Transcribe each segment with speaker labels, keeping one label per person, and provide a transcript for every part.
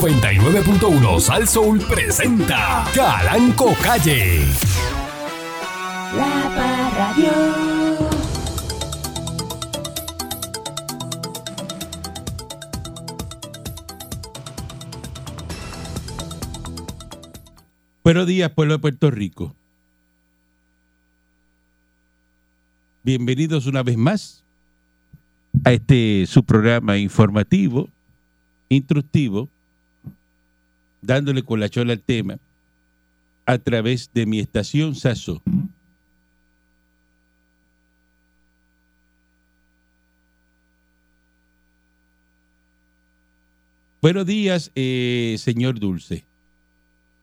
Speaker 1: 99.1 Sal Soul presenta Calanco Calle.
Speaker 2: La Parradio.
Speaker 3: Buenos días, pueblo de Puerto Rico. Bienvenidos una vez más a este su programa informativo, instructivo, dándole con la chola al tema a través de mi estación Saso. Buenos días, eh, señor Dulce.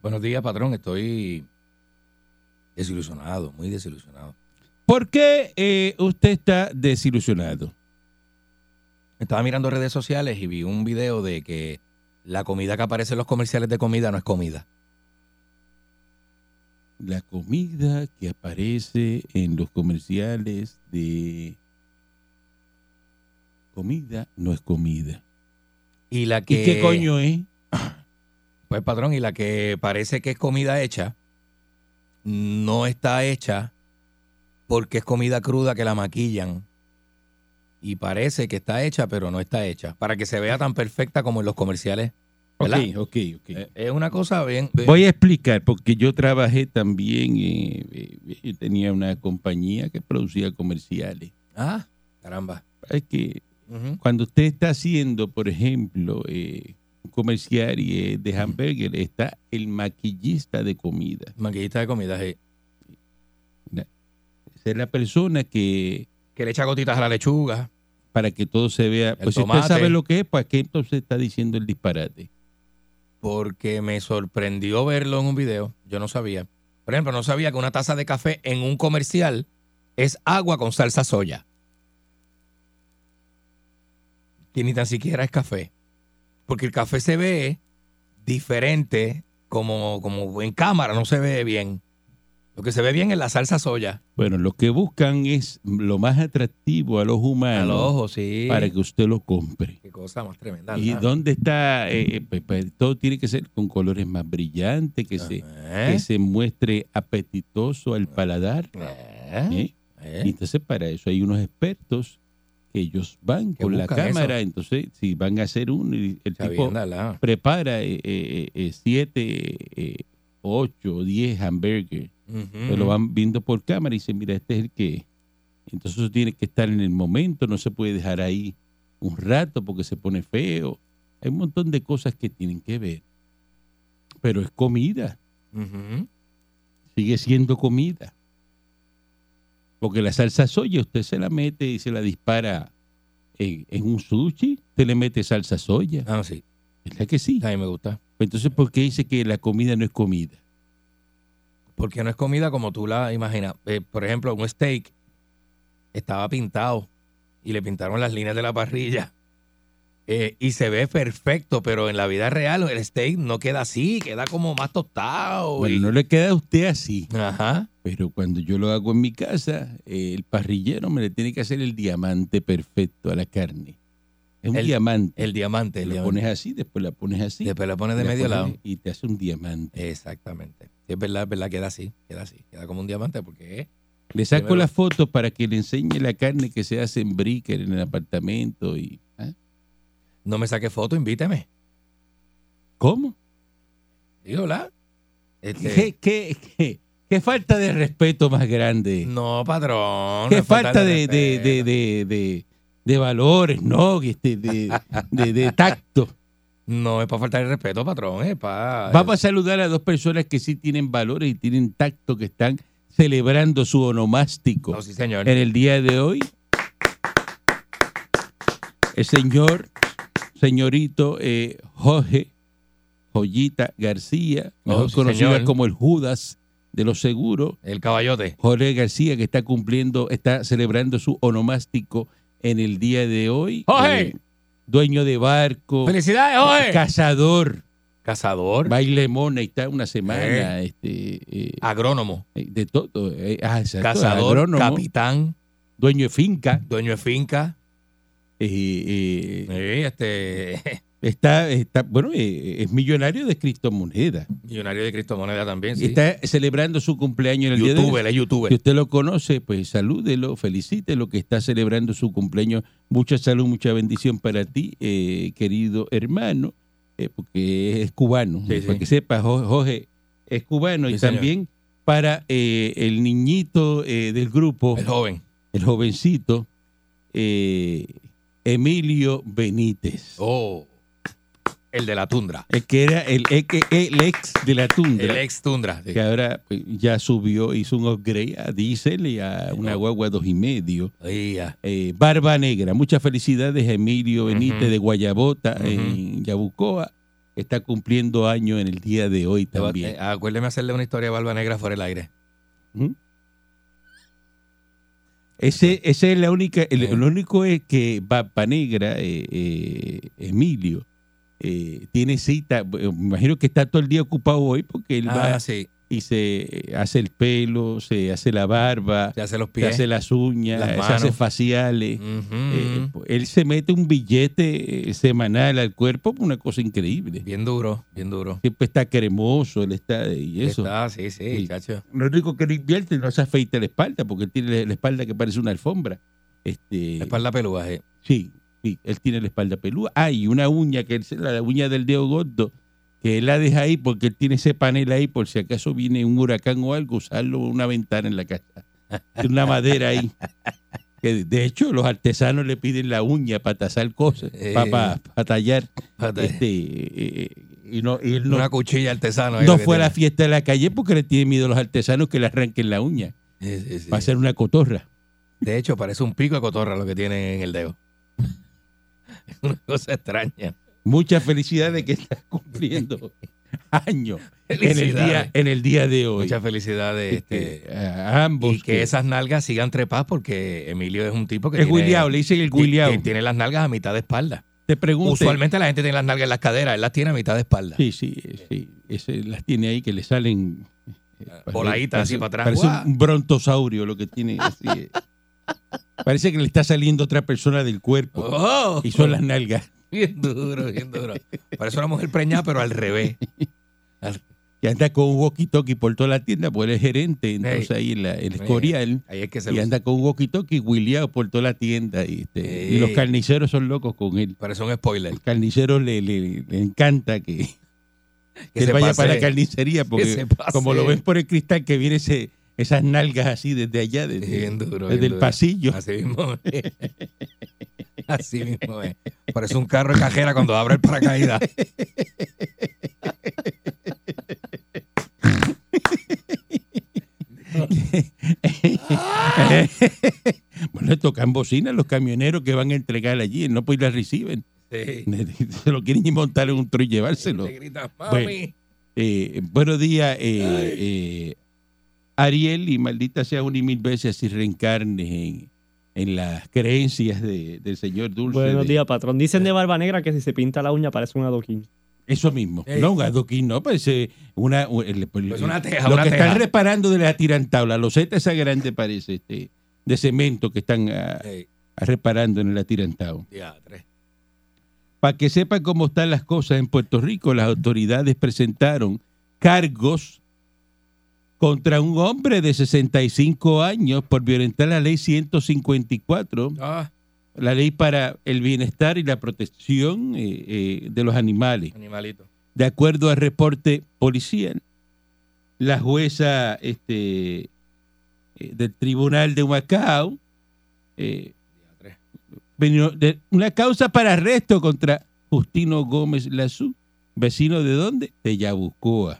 Speaker 4: Buenos días, patrón. Estoy desilusionado, muy desilusionado.
Speaker 3: ¿Por qué eh, usted está desilusionado?
Speaker 4: Estaba mirando redes sociales y vi un video de que la comida que aparece en los comerciales de comida no es comida.
Speaker 3: La comida que aparece en los comerciales de comida no es comida.
Speaker 4: Y la
Speaker 3: ¿Y
Speaker 4: que,
Speaker 3: qué coño es?
Speaker 4: Pues, patrón, y la que parece que es comida hecha, no está hecha porque es comida cruda que la maquillan. Y parece que está hecha, pero no está hecha. Para que se vea tan perfecta como en los comerciales. ¿verdad?
Speaker 3: Ok, ok, ok.
Speaker 4: Eh, Es una cosa bien.
Speaker 3: Voy a explicar, porque yo trabajé también, eh, eh, yo tenía una compañía que producía comerciales.
Speaker 4: Ah, caramba.
Speaker 3: Es que
Speaker 4: Ujú.
Speaker 3: cuando usted está haciendo, por ejemplo, eh, un comercial y, eh, de hamburger, está el maquillista de comida.
Speaker 4: Maquillista de eh. comida, sí.
Speaker 3: Esa es la persona que,
Speaker 4: que le echa gotitas a la lechuga.
Speaker 3: para que todo se vea, pues si usted
Speaker 4: tomate.
Speaker 3: sabe lo que es, pues qué entonces está diciendo el disparate.
Speaker 4: Porque me sorprendió verlo en un video. Yo no sabía. Por ejemplo, no sabía que una taza de café en un comercial es agua con salsa soya. Que ni tan siquiera es café. Porque el café se ve diferente, como, como en cámara no se ve bien. Lo que se ve bien es la salsa soya.
Speaker 3: Bueno, lo que buscan es lo más atractivo a los humanos
Speaker 4: Al ojo, sí.
Speaker 3: para Ah, que usted lo compre.
Speaker 4: Qué cosa más tremenda.
Speaker 3: ¿Y
Speaker 4: ¿verdad?
Speaker 3: dónde está? eh, eh, pues, pues, todo tiene que ser con colores más brillantes, que, se,
Speaker 4: Ajá.
Speaker 3: que se muestre apetitoso al paladar.
Speaker 4: Ajá.
Speaker 3: ¿eh?
Speaker 4: Ajá.
Speaker 3: Y entonces para eso hay unos expertos que ellos van
Speaker 4: Que
Speaker 3: con la
Speaker 4: buscan eso.
Speaker 3: cámara. Entonces, si van a hacer uno, y el tipo
Speaker 4: Sabiendo, ¿verdad?
Speaker 3: prepara eh, eh, eh, siete, eh, ocho, o diez hamburgues.
Speaker 4: Ujú.
Speaker 3: Entonces, Lo van viendo por cámara y dicen, mira, este es el que es". Entonces eso tiene que estar en el momento, no se puede dejar ahí un rato porque se pone feo. Hay un montón de cosas que tienen que ver. Pero es comida,
Speaker 4: Ujú.
Speaker 3: sigue siendo comida. Porque la salsa soya usted se la mete y se la dispara en, en un sushi, usted le mete salsa soya.
Speaker 4: Ah, sí.
Speaker 3: ¿Verdad que sí?
Speaker 4: A mí me gusta.
Speaker 3: Entonces, ¿por qué dice que la comida no es comida?
Speaker 4: Porque no es comida como tú la imaginas. Eh, por ejemplo, un steak estaba pintado y le pintaron las líneas de la parrilla. Eh, y se ve perfecto, pero en la vida real el steak no queda así, queda como más tostado. y-
Speaker 3: Bueno, no le queda a usted así.
Speaker 4: Ajá.
Speaker 3: Pero cuando yo lo hago en mi casa, eh, el parrillero me le tiene que hacer el diamante perfecto a la carne. Es un
Speaker 4: El-
Speaker 3: diamante.
Speaker 4: El diamante. El
Speaker 3: la
Speaker 4: diamante.
Speaker 3: pones así, después la pones así.
Speaker 4: Después la pones de
Speaker 3: la
Speaker 4: medio
Speaker 3: pones
Speaker 4: lado.
Speaker 3: Y te hace un diamante.
Speaker 4: Exactamente. Sí, Es verdad, es verdad, queda así, queda así. Queda como un diamante porque eh, es
Speaker 3: Le saco
Speaker 4: primero-
Speaker 3: la foto para que le enseñe la carne que se hace en Bricker en el apartamento. y ¿Ah?
Speaker 4: No me saque foto, invíteme.
Speaker 3: ¿Cómo?
Speaker 4: Digo, ¿verdad? Este,
Speaker 3: ¿Qué, qué, qué- qué falta de respeto más grande?
Speaker 4: No, padrón.
Speaker 3: qué
Speaker 4: no es
Speaker 3: falta, de, de, de,
Speaker 4: respeto.
Speaker 3: de- de- de valores, ¿no? Este, de, de- de tacto.
Speaker 4: No, es para faltar el respeto, patrón. Es para.
Speaker 3: Vamos a saludar a dos personas que sí tienen valores y tienen tacto, que están celebrando su onomástico
Speaker 4: No, sí, señor.
Speaker 3: en el día de hoy. El señor, señorito eh, Jorge Joyita García,
Speaker 4: Oh,
Speaker 3: mejor
Speaker 4: sí,
Speaker 3: conocida
Speaker 4: señor.
Speaker 3: como el Judas de los Seguros.
Speaker 4: El caballote.
Speaker 3: Jorge García, que está cumpliendo, está celebrando su onomástico en el día de hoy.
Speaker 4: Jorge.
Speaker 3: Eh, dueño de barco,
Speaker 4: ¡Felicidades, Jorge!
Speaker 3: cazador.
Speaker 4: Cazador.
Speaker 3: Bailemona está una semana este, eh,
Speaker 4: Agrónomo.
Speaker 3: eh, de todo. eh, ah, exacto,
Speaker 4: Cazador.
Speaker 3: agrónomo,
Speaker 4: Capitán.
Speaker 3: dueño de finca.
Speaker 4: Dueño de finca.
Speaker 3: eh, eh,
Speaker 4: Sí, este.
Speaker 3: Está, está bueno, eh, es millonario de criptomonedas.
Speaker 4: Millonario de criptomoneda también, sí.
Speaker 3: Está celebrando su cumpleaños en el día de hoy.
Speaker 4: youtuber, es youtuber.
Speaker 3: Si usted lo conoce, pues salúdelo, felicítelo que está celebrando su cumpleaños. Mucha salud, mucha bendición para ti, eh, querido hermano, eh, porque es cubano.
Speaker 4: Sí,
Speaker 3: Para
Speaker 4: sí.
Speaker 3: que sepas, Jo- Jorge es cubano
Speaker 4: Sí,
Speaker 3: y
Speaker 4: señor.
Speaker 3: también para eh, el niñito eh, del grupo,
Speaker 4: El joven.
Speaker 3: el jovencito, eh, Emilio Benítez.
Speaker 4: Oh. El de la tundra.
Speaker 3: El que era el, ex- el ex de la
Speaker 4: El
Speaker 3: tundra.
Speaker 4: ex tundra. sí.
Speaker 3: que ahora pues, ya subió, hizo un upgrade a diésel y a una guagua dos y medio.
Speaker 4: Ay, ya.
Speaker 3: Eh, Barba Negra, muchas felicidades a Emilio
Speaker 4: Ujú.
Speaker 3: Benítez de Guayabota
Speaker 4: Ujú.
Speaker 3: en Yabucoa, que está cumpliendo año en el día de hoy
Speaker 4: Te va-
Speaker 3: también.
Speaker 4: eh, Acuérdeme hacerle una historia de Barba Negra fuera del aire.
Speaker 3: ¿Mm? Ese, ese es la única, el,
Speaker 4: Ujú.
Speaker 3: lo único es que Barba Negra, eh, eh, Emilio, eh, tiene cita, eh, me imagino que está todo el día ocupado hoy porque él va
Speaker 4: Ah, sí.
Speaker 3: y se eh, hace el pelo, se hace la barba,
Speaker 4: Se hace los
Speaker 3: se
Speaker 4: pies.
Speaker 3: hace las uñas,
Speaker 4: Las
Speaker 3: se hace
Speaker 4: manos.
Speaker 3: faciales.
Speaker 4: Ujú.
Speaker 3: Eh, pues, él se mete un billete eh, semanal al cuerpo, una cosa increíble.
Speaker 4: bien duro, bien duro.
Speaker 3: Siempre está cremoso, él está eh, y eso.
Speaker 4: Está, sí, sí,
Speaker 3: Sí.
Speaker 4: chacho.
Speaker 3: Lo único que no invierte no se afeita la espalda, porque él tiene la- la espalda que parece una alfombra. Este,
Speaker 4: La espalda peluda, sí.
Speaker 3: Sí, sí, él tiene la espalda peluda. Hay una uña, que él se- la, la uña del dedo gordo, que él la deja ahí porque él tiene ese panel ahí por si acaso viene un huracán o algo, usarlo una ventana en la casa. Tiene Una madera ahí. Que de- de hecho, los artesanos le piden la uña para tasar cosas,
Speaker 4: Eh.
Speaker 3: para tallar.
Speaker 4: Fíjate.
Speaker 3: Este, eh, y, no, y él no,
Speaker 4: Una cuchilla artesana.
Speaker 3: no fue a la fiesta de la calle porque le tiene miedo a los artesanos que le arranquen la uña. Va a ser una cotorra.
Speaker 4: De hecho, parece un pico de cotorra lo que tiene en el dedo. Es una cosa extraña.
Speaker 3: Muchas felicidades que estás cumpliendo años en el día,
Speaker 4: Felicidades.
Speaker 3: en el día de hoy.
Speaker 4: Muchas felicidades.
Speaker 3: Este,
Speaker 4: Este,
Speaker 3: a ambos.
Speaker 4: y que esas nalgas sigan trepadas porque Emilio es un tipo que
Speaker 3: es
Speaker 4: tiene,
Speaker 3: William, le dicen el
Speaker 4: que-
Speaker 3: William.
Speaker 4: que tiene las nalgas a mitad de espalda.
Speaker 3: Te pregunto.
Speaker 4: Usualmente la gente tiene las nalgas en las caderas, él las tiene a mitad de espalda.
Speaker 3: Sí, sí, sí. Ese las tiene ahí que le salen. eh, parece-
Speaker 4: Voladitas así
Speaker 3: parece-
Speaker 4: para atrás.
Speaker 3: Parece
Speaker 4: ¡Guau!
Speaker 3: un brontosaurio lo que tiene. así, eh. Parece que le está saliendo otra persona del cuerpo.
Speaker 4: Oh,
Speaker 3: Y son las nalgas.
Speaker 4: bien duro, bien duro. Parece una mujer preñada, pero al revés. Al-
Speaker 3: Y anda con un walkie-talkie por toda la tienda, pues él es gerente. Entonces
Speaker 4: Ey.
Speaker 3: ahí en la, el Escorial.
Speaker 4: Ahí es que se
Speaker 3: y
Speaker 4: luce.
Speaker 3: anda con un walkie-talkie huileado por toda la tienda. Y, este, y los
Speaker 4: Sí.
Speaker 3: carniceros son locos con él.
Speaker 4: Parece un spoiler.
Speaker 3: Los carniceros le, le- le encanta que, que
Speaker 4: Que
Speaker 3: él
Speaker 4: se
Speaker 3: vaya
Speaker 4: pase.
Speaker 3: para la carnicería porque
Speaker 4: se pase.
Speaker 3: como lo ven por el cristal que viene ese, esas nalgas así desde allá, desde,
Speaker 4: Bien duro,
Speaker 3: desde
Speaker 4: bien
Speaker 3: el
Speaker 4: duro.
Speaker 3: pasillo.
Speaker 4: Así mismo es. Así mismo es. Parece un carro de cajera cuando abre el paracaídas.
Speaker 3: bueno, le tocan bocinas los camioneros que van a entregar allí, no pues las reciben.
Speaker 4: Sí.
Speaker 3: Se lo quieren montar en un tro y llevárselo.
Speaker 4: Te gritas,
Speaker 3: Bueno.
Speaker 4: mami.
Speaker 3: Eh, buenos días, eh, eh, Ariel, y maldita sea una y mil veces si reencarnes en, en las creencias de- del señor Dulce.
Speaker 5: Buenos
Speaker 3: de- Eh.
Speaker 5: días, patrón. Dicen de Barba Negra que si se pinta la uña parece un adoquín.
Speaker 3: Eso mismo.
Speaker 5: Eh.
Speaker 4: Ey.
Speaker 3: No, un adoquín, no, parece una... u- eh, el-
Speaker 4: Pues una teja,
Speaker 3: lo
Speaker 4: una
Speaker 3: que
Speaker 4: teja.
Speaker 3: están reparando de la tirantabla, los Z esa grande parece, este, de cemento que están ah,
Speaker 4: Ey,
Speaker 3: ah, reparando en la tirantao.
Speaker 4: diatre.
Speaker 3: Para que sepan cómo están las cosas en Puerto Rico, las autoridades presentaron cargos contra un hombre de 65 años por violentar la ley 154,
Speaker 4: Ah,
Speaker 3: la ley para el bienestar y la protección eh, eh, de los animales.
Speaker 4: animalito.
Speaker 3: De acuerdo al reporte policial, la jueza este, eh, del Tribunal de Macao eh,
Speaker 4: Diatre.
Speaker 3: vino de una causa para arresto contra Justino Gómez Lazú, vecino de dónde? De Yabucoa,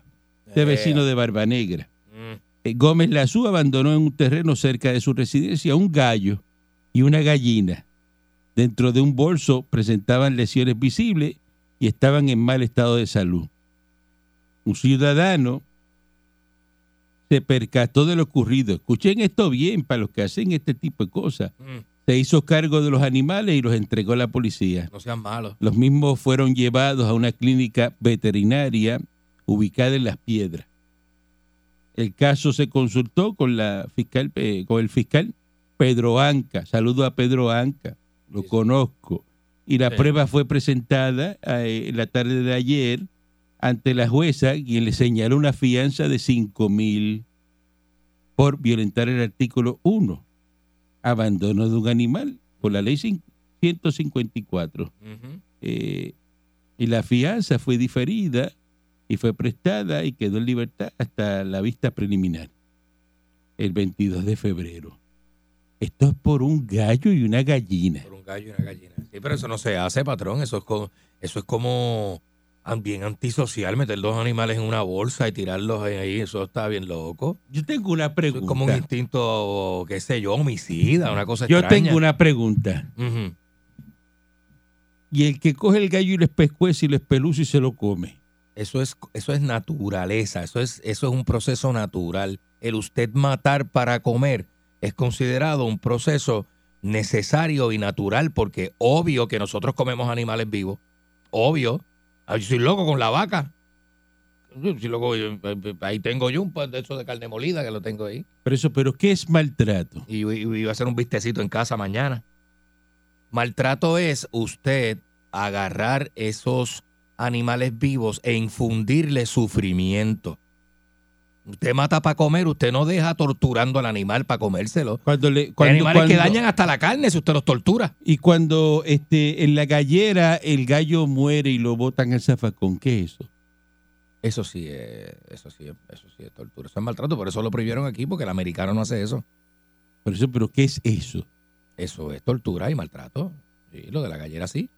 Speaker 3: de Este
Speaker 4: Eh,
Speaker 3: vecino de Barba Negra.
Speaker 4: Mm,
Speaker 3: Eh, Gómez Lazú abandonó en un terreno cerca de su residencia un gallo y una gallina. Dentro de un bolso presentaban lesiones visibles y estaban en mal estado de salud. Un ciudadano se percató de lo ocurrido. Escuchen esto bien para los que hacen este tipo de cosas.
Speaker 4: mm,
Speaker 3: Se hizo cargo de los animales y los entregó a la policía.
Speaker 4: No sean malos.
Speaker 3: Los mismos fueron llevados a una clínica veterinaria ubicada en Las Piedras. El caso se consultó con la fiscal, eh, con el fiscal Pedro Anca. Saludo a Pedro Anca, lo
Speaker 4: Sí.
Speaker 3: conozco. y la
Speaker 4: Sí.
Speaker 3: prueba fue presentada eh, la tarde de ayer ante la jueza, quien le señaló una fianza de 5 mil por violentar el artículo 1, abandono de un animal, por la ley cin- 154.
Speaker 4: Ujú.
Speaker 3: Eh, y la fianza fue diferida y fue prestada y quedó en libertad hasta la vista preliminar, el 22 de febrero. Esto es por un gallo y una gallina.
Speaker 4: Por un gallo y una gallina. Sí, pero eso no se hace, patrón. Eso es como, eso es como an- bien antisocial, meter dos animales en una bolsa y tirarlos ahí. Eso está bien loco.
Speaker 3: Yo tengo una
Speaker 4: Eso
Speaker 3: pregunta.
Speaker 4: es como un instinto, qué sé yo, homicida, una cosa
Speaker 3: Yo
Speaker 4: extraña.
Speaker 3: tengo una pregunta.
Speaker 4: Ujú.
Speaker 3: Y el que coge el gallo y les pescuece y les peluza y se lo come.
Speaker 4: Eso es, eso es naturaleza, eso es, eso es un proceso natural. El usted matar para comer es considerado un proceso necesario y natural porque obvio que nosotros comemos animales vivos. Obvio. Ah, Yo soy loco con la vaca. Yo soy loco, yo- ahí tengo yo un pan de eso de carne molida que lo tengo ahí.
Speaker 3: Pero eso, pero ¿qué es maltrato?
Speaker 4: y, y iba a hacer un vistecito en casa mañana. Maltrato es usted agarrar esos animales vivos e infundirle sufrimiento. Usted mata para comer, usted no deja torturando al animal para comérselo.
Speaker 3: Cuando le,
Speaker 4: Hay
Speaker 3: cuando,
Speaker 4: animales que
Speaker 3: cuando-
Speaker 4: dañan hasta la carne si usted los tortura.
Speaker 3: Y cuando este, en la gallera el gallo muere y lo botan al zafacón, ¿qué es eso?
Speaker 4: Eso sí es, eso sí es, eso sí es tortura. Eso es maltrato, por eso lo prohibieron aquí, porque el americano no hace eso.
Speaker 3: Por eso, pero ¿qué es eso?
Speaker 4: Eso es tortura y maltrato. Sí, lo de la gallera sí.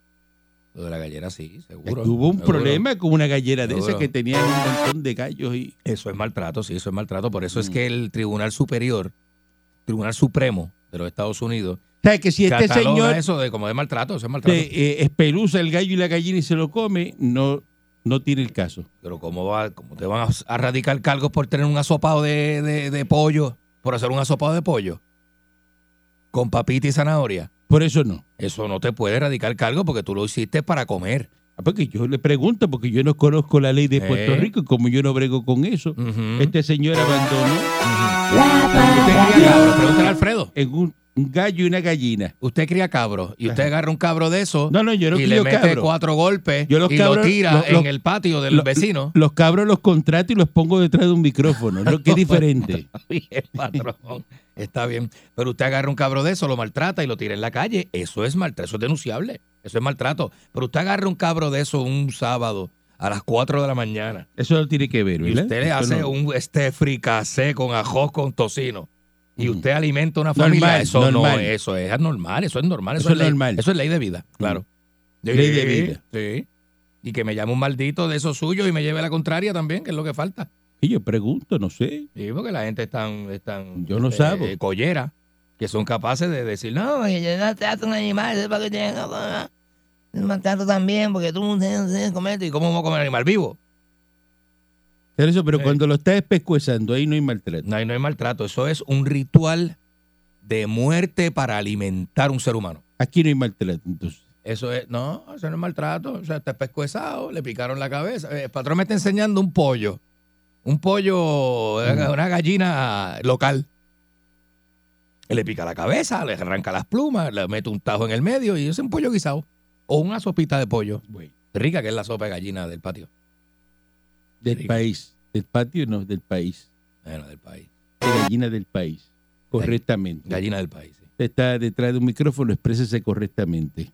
Speaker 4: Lo de la gallera sí, seguro.
Speaker 3: Hubo un
Speaker 4: seguro.
Speaker 3: problema con una gallera de
Speaker 4: Seguro.
Speaker 3: esas que tenían un montón de gallos y
Speaker 4: Eso es maltrato, sí, eso es maltrato. Por eso es
Speaker 3: Mm.
Speaker 4: que el Tribunal Superior, Tribunal Supremo de los Estados Unidos,
Speaker 3: ¿Sabes que si este
Speaker 4: cataloga
Speaker 3: señor
Speaker 4: eso de como de maltrato, eso es maltrato.
Speaker 3: te, eh, espeluza el gallo y la gallina y se lo come, no, no tiene el caso.
Speaker 4: Pero ¿cómo, va, ¿cómo te van a, a radicar cargos por tener un asopado de, de- de pollo? Por hacer un asopado de pollo. Con papita y zanahoria.
Speaker 3: Por eso no.
Speaker 4: Eso no te puede radicar cargo porque tú lo hiciste para comer.
Speaker 3: Ah, Porque yo le pregunto, porque yo no conozco la ley de Puerto
Speaker 4: Eh.
Speaker 3: Rico y como yo no brego con eso,
Speaker 4: Ujú.
Speaker 3: este señor abandonó
Speaker 2: La
Speaker 4: Usted cría cabros, pregúntale a Alfredo.
Speaker 3: en un, un gallo y una gallina.
Speaker 4: Usted cría cabros y usted
Speaker 3: Ajá.
Speaker 4: agarra un cabro de eso.
Speaker 3: No, no, yo no
Speaker 4: y le
Speaker 3: quiero
Speaker 4: mete
Speaker 3: cabros.
Speaker 4: cuatro golpes
Speaker 3: Yo los
Speaker 4: y lo
Speaker 3: cabros-
Speaker 4: tira
Speaker 3: lo-
Speaker 4: en
Speaker 3: lo-
Speaker 4: el patio del
Speaker 3: lo-
Speaker 4: vecino.
Speaker 3: Los cabros los contrato y los pongo detrás de un micrófono, lo que es diferente.
Speaker 4: Bien, patrón. Está bien. Pero usted agarra un cabro de eso, lo maltrata y lo tira en la calle. Eso es maltrato, eso es denunciable. Eso es maltrato. Pero usted agarra un cabro de eso un sábado a las 4 de la mañana
Speaker 3: Eso no tiene que ver,
Speaker 4: y
Speaker 3: ¿verdad?
Speaker 4: usted le
Speaker 3: Eso
Speaker 4: hace
Speaker 3: no.
Speaker 4: un este fricasé con ajos con tocino y
Speaker 3: Ujú.
Speaker 4: usted alimenta una familia.
Speaker 3: Mm. Normal,
Speaker 4: eso
Speaker 3: normal.
Speaker 4: no, eso es anormal, eso es normal.
Speaker 3: Eso
Speaker 4: Eso, es,
Speaker 3: es
Speaker 4: ley,
Speaker 3: normal.
Speaker 4: Eso es ley de vida, claro.
Speaker 3: Ley de vida.
Speaker 4: Sí. Y que me llame un maldito de esos suyos y me lleve la contraria también, que es lo que falta.
Speaker 3: Y yo pregunto, no sé.
Speaker 4: Sí, porque la gente es tan, es tan, este,
Speaker 3: Yo no sabo.
Speaker 4: collera que son capaces de decir, no, yo no te hace un animal, es para que te maltrato también, porque tú no tienes comerte. ¿Y cómo vamos a comer animal vivo?
Speaker 3: Pero, eso, pero
Speaker 4: Sí.
Speaker 3: cuando lo estás pescuezando, ahí no hay maltrato.
Speaker 4: No, ahí no hay maltrato. Eso es un ritual de muerte para alimentar un ser humano.
Speaker 3: Aquí no hay maltrato, entonces.
Speaker 4: Eso es, no, eso no es maltrato. O sea, está pescuezado, le picaron la cabeza. Eh, El patrón me está enseñando un pollo. Un pollo, eh, una gallina local. Le pica la cabeza, le arranca las plumas, le mete un tajo en el medio y es un pollo guisado. O una sopita de pollo. Rica que es la sopa de gallina del patio.
Speaker 3: Del
Speaker 4: Rico.
Speaker 3: país. Del patio, no, del país.
Speaker 4: Bueno, eh, del país.
Speaker 3: De gallina del país. Correctamente.
Speaker 4: Gallina del país. sí.
Speaker 3: Usted está detrás de un micrófono, exprésese correctamente.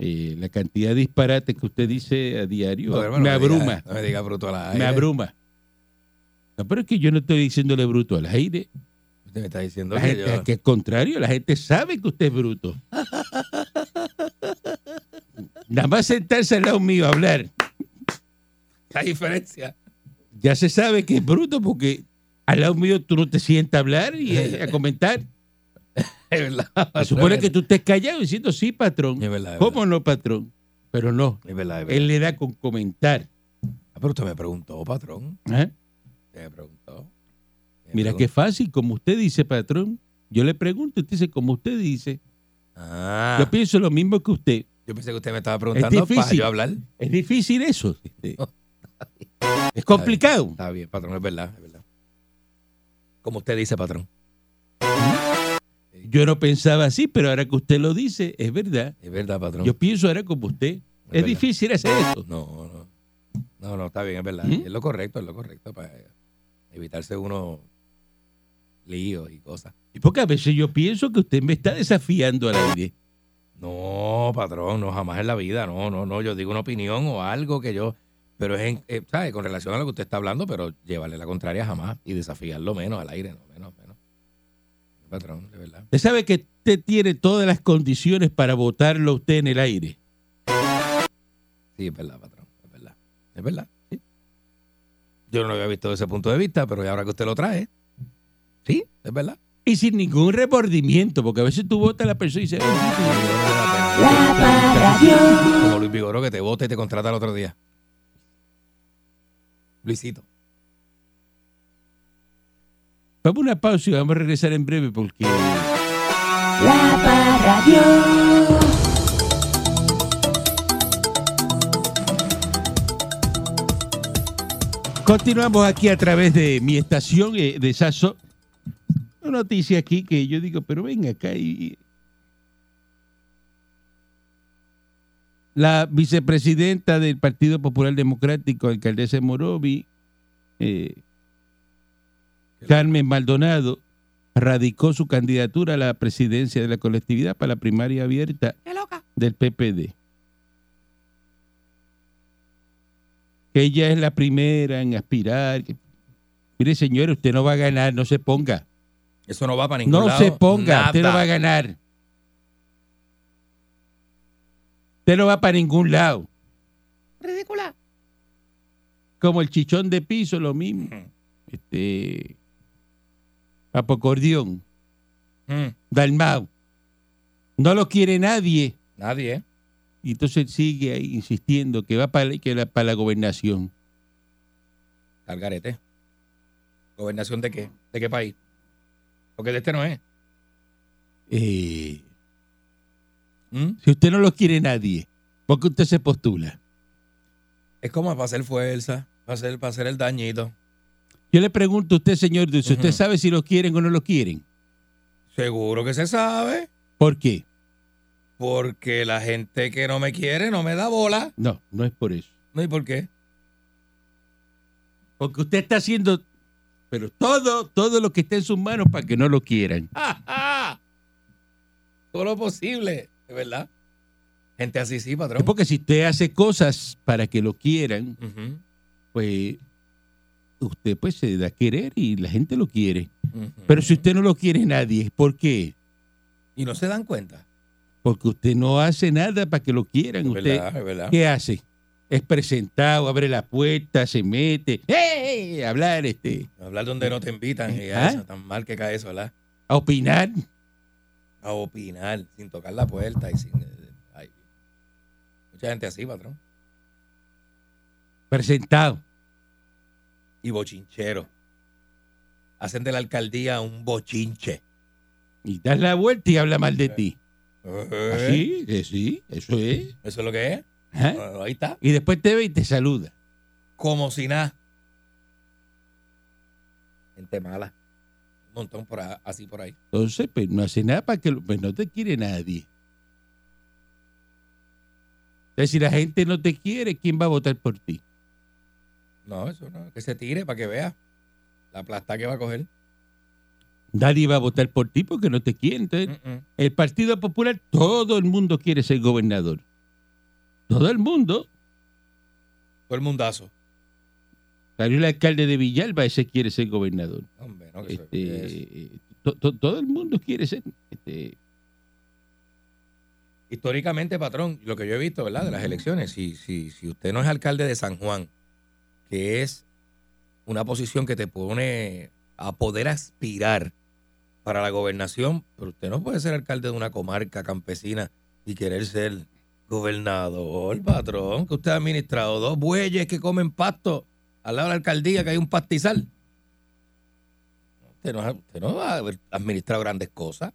Speaker 3: Eh, la cantidad de disparates que usted dice a diario
Speaker 4: No, hermano,
Speaker 3: me
Speaker 4: no diga-
Speaker 3: abruma.
Speaker 4: no me diga bruto al aire.
Speaker 3: me abruma. No, pero es que yo no estoy diciéndole bruto al aire.
Speaker 4: Usted me está diciendo
Speaker 3: La
Speaker 4: que
Speaker 3: gente-
Speaker 4: yo-
Speaker 3: que al contrario, la gente sabe que usted es bruto. Nada más sentarse al lado mío a hablar.
Speaker 4: La diferencia.
Speaker 3: Ya se sabe que es bruto porque al lado mío tú no te sientas a hablar y eh, a comentar.
Speaker 4: Es verdad.
Speaker 3: Se supone que tú estés callado diciendo sí, patrón.
Speaker 4: Es verdad, es
Speaker 3: ¿Cómo no, patrón? Pero no,
Speaker 4: Es verdad, es verdad.
Speaker 3: él le da con comentar.
Speaker 4: Ah, pero usted me preguntó, patrón.
Speaker 3: ¿Ah?
Speaker 4: Usted me preguntó. Me
Speaker 3: Mira
Speaker 4: preguntó.
Speaker 3: qué fácil, como usted dice, patrón. Yo le pregunto, usted dice, como usted dice.
Speaker 4: Ah,
Speaker 3: Yo pienso lo mismo que usted.
Speaker 4: yo pensé que usted me estaba preguntando para
Speaker 3: difícil.
Speaker 4: yo hablar.
Speaker 3: Es difícil eso. este. Es complicado.
Speaker 4: Está bien, patrón, es verdad, es verdad. Como usted dice, patrón.
Speaker 3: Yo no pensaba así, pero ahora que usted lo dice, es verdad.
Speaker 4: Es verdad, patrón.
Speaker 3: Yo pienso ahora como usted. Es,
Speaker 4: verdad.
Speaker 3: difícil hacer esto.
Speaker 4: No, no. No, no, está bien, es verdad.
Speaker 3: ¿Mm?
Speaker 4: Es lo correcto, es lo correcto para evitarse unos líos y cosas.
Speaker 3: Y Porque a veces yo pienso que usted me está desafiando al aire.
Speaker 4: No, patrón, no, jamás en la vida. No, no, no. Yo digo una opinión o algo que yo. Pero es, en, eh, ¿sabe? Con relación a lo que usted está hablando, pero llevarle la contraria jamás y desafiarlo menos al aire, no, menos, menos. Patrón, de verdad.
Speaker 3: Usted sabe que usted tiene todas las condiciones para votarlo a usted en el aire.
Speaker 4: Sí, es verdad, patrón. Es verdad. Es verdad. sí. Yo no lo había visto desde ese punto de vista, pero ahora que usted lo trae. Sí, es verdad.
Speaker 3: Y sin ningún remordimiento, porque a veces tú votas a la persona y dices, "Ay, sí, sí".
Speaker 2: La Parradio.
Speaker 4: Como Luis Vigoró que te vota y te contrata el otro día. Luisito.
Speaker 3: vamos a una pausa y vamos a regresar en breve porque...
Speaker 2: La Parradio.
Speaker 3: Continuamos aquí a través de mi estación eh, de Saso. Una noticia aquí que yo digo, pero ven acá y... La vicepresidenta del Partido Popular Democrático, alcaldesa de Morovi, eh, Carmen Maldonado, radicó su candidatura a la presidencia de la colectividad para la primaria abierta del PPD. Que ella es la primera en aspirar. que- Mire, señores, usted no va a ganar, no se ponga.
Speaker 4: Eso no va para ningún
Speaker 3: No
Speaker 4: lado.
Speaker 3: se ponga,
Speaker 4: Nada.
Speaker 3: usted no va a ganar. Usted no va para ningún lado. Ridícula. Como el chichón de piso, lo mismo.
Speaker 4: Mm.
Speaker 3: Este. Apocordión,
Speaker 4: Mm,
Speaker 3: Dalmau. No lo quiere nadie.
Speaker 4: nadie, ¿eh?
Speaker 3: Y entonces sigue ahí insistiendo que va para, que la, para la gobernación.
Speaker 4: Al garete. ¿Gobernación de qué? ¿De qué país? Porque de este no es.
Speaker 3: Eh,
Speaker 4: ¿Mm?
Speaker 3: si usted no lo quiere nadie, ¿por qué usted se postula?
Speaker 4: Es como para hacer fuerza, para hacer, para hacer el dañito.
Speaker 3: Yo le pregunto a usted, señor Dulce, ¿usted
Speaker 4: Ujú.
Speaker 3: sabe si lo quieren o no lo quieren?
Speaker 4: Seguro que se sabe,
Speaker 3: ¿Por qué?
Speaker 4: porque la gente que no me quiere no me da bola.
Speaker 3: No, no es por eso.
Speaker 4: No, ¿y por qué?
Speaker 3: Porque usted está haciendo, pero todo, todo lo que está en sus manos para que no lo quieran.
Speaker 4: ¡Ja, ja! Todo lo posible, de verdad. Gente así sí, patrón.
Speaker 3: Es porque si usted hace cosas para que lo quieran,
Speaker 4: Ujú,
Speaker 3: pues usted pues se da a querer y la gente lo quiere.
Speaker 4: ujú.
Speaker 3: Pero si usted no lo quiere nadie, ¿por qué?
Speaker 4: Y no se dan cuenta.
Speaker 3: Porque usted no hace nada para que lo quieran.
Speaker 4: Es
Speaker 3: Usted,
Speaker 4: verdad, es verdad.
Speaker 3: ¿Qué hace? Es presentado, abre la puerta, se mete, ¡eh! a hablar, este,
Speaker 4: Hablar donde no te invitan y
Speaker 3: ¿Ah?
Speaker 4: eso, tan mal que cae eso, ¿verdad?
Speaker 3: a opinar.
Speaker 4: A opinar, sin tocar la puerta y sin... eh, ay. Mucha gente así, patrón.
Speaker 3: Presentado.
Speaker 4: Y bochinchero. Hacen de la alcaldía un bochinche.
Speaker 3: Y das la vuelta y habla mal de ti.
Speaker 4: Eh,
Speaker 3: Sí, eh, sí, eso es.
Speaker 4: ¿Eso es lo que es?
Speaker 3: Ajá.
Speaker 4: Ah, Ahí está.
Speaker 3: Y después te ve y te saluda.
Speaker 4: Como si nada. Gente mala. Un montón por a- así por ahí.
Speaker 3: Entonces, pues no hace nada para que lo- pues, no te quiere nadie. Entonces, si la gente no te quiere, ¿quién va a votar por ti?
Speaker 4: No, eso no. Que se tire para que vea la plasta que va a coger.
Speaker 3: Nadie va a votar por ti porque no te quiere. Entonces,
Speaker 4: Mm-mm.
Speaker 3: El Partido Popular, todo el mundo quiere ser gobernador. Todo el mundo.
Speaker 4: Todo el mundazo.
Speaker 3: Salió el alcalde de Villalba, ese quiere ser gobernador.
Speaker 4: Hombre, no, que eso-
Speaker 3: Este,
Speaker 4: eso.
Speaker 3: eh, to- to- todo el mundo quiere ser. este,
Speaker 4: Históricamente, patrón, lo que yo he visto, ¿verdad? De las elecciones, si, si, si usted no es alcalde de San Juan, que es una posición que te pone a poder aspirar para la gobernación, pero usted no puede ser alcalde de una comarca campesina y querer ser gobernador, patrón, que usted ha administrado dos bueyes que comen pasto al lado de la alcaldía, que hay un pastizal. Usted no, ha- usted no ha administrado grandes cosas.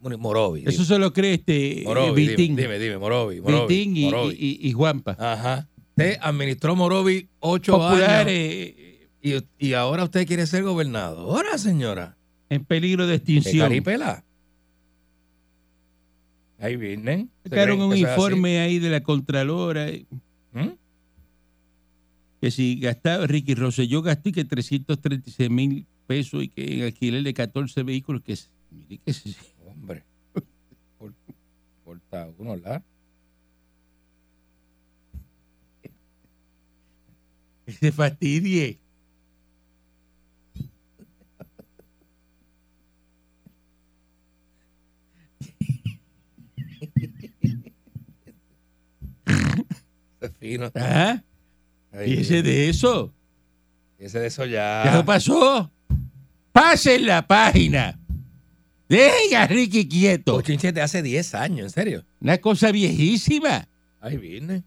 Speaker 4: Bueno, Morovi.
Speaker 3: eso se lo cree este eh,
Speaker 4: Morovi, dime,
Speaker 3: Vitín.
Speaker 4: dime, dime, Morovi, Morovi,
Speaker 3: Vitín y,
Speaker 4: Morovi. Ah,
Speaker 3: y- y- y Juanpa.
Speaker 4: Ajá. Usted administró Morovi ocho
Speaker 3: Popular
Speaker 4: años
Speaker 3: eh,
Speaker 4: y, y ahora usted quiere ser gobernadora, señora.
Speaker 3: en peligro de
Speaker 4: De
Speaker 3: extinción.
Speaker 4: caripela. Ahí vienen. ¿Se
Speaker 3: Sacaron
Speaker 4: creen
Speaker 3: un
Speaker 4: que eso es así?
Speaker 3: informe ahí de la Contralora eh,
Speaker 4: ¿Mm?
Speaker 3: que si gastaba, Ricky Rosselló gastó y que 336 mil pesos y que en alquiler de 14 vehículos, que es- mire que es-
Speaker 4: Hombre. Por- Corta uno, ¿la?
Speaker 3: que se fastidie.
Speaker 4: Fino.
Speaker 3: ¿Ah?
Speaker 4: Ay,
Speaker 3: Fíjese de eso.
Speaker 4: ese de eso
Speaker 3: Ya lo pasó. Pasen la página. Dejen a Ricky quieto.
Speaker 4: Bochinche de hace 10 años, en serio.
Speaker 3: Una cosa viejísima.
Speaker 4: Ahí viene.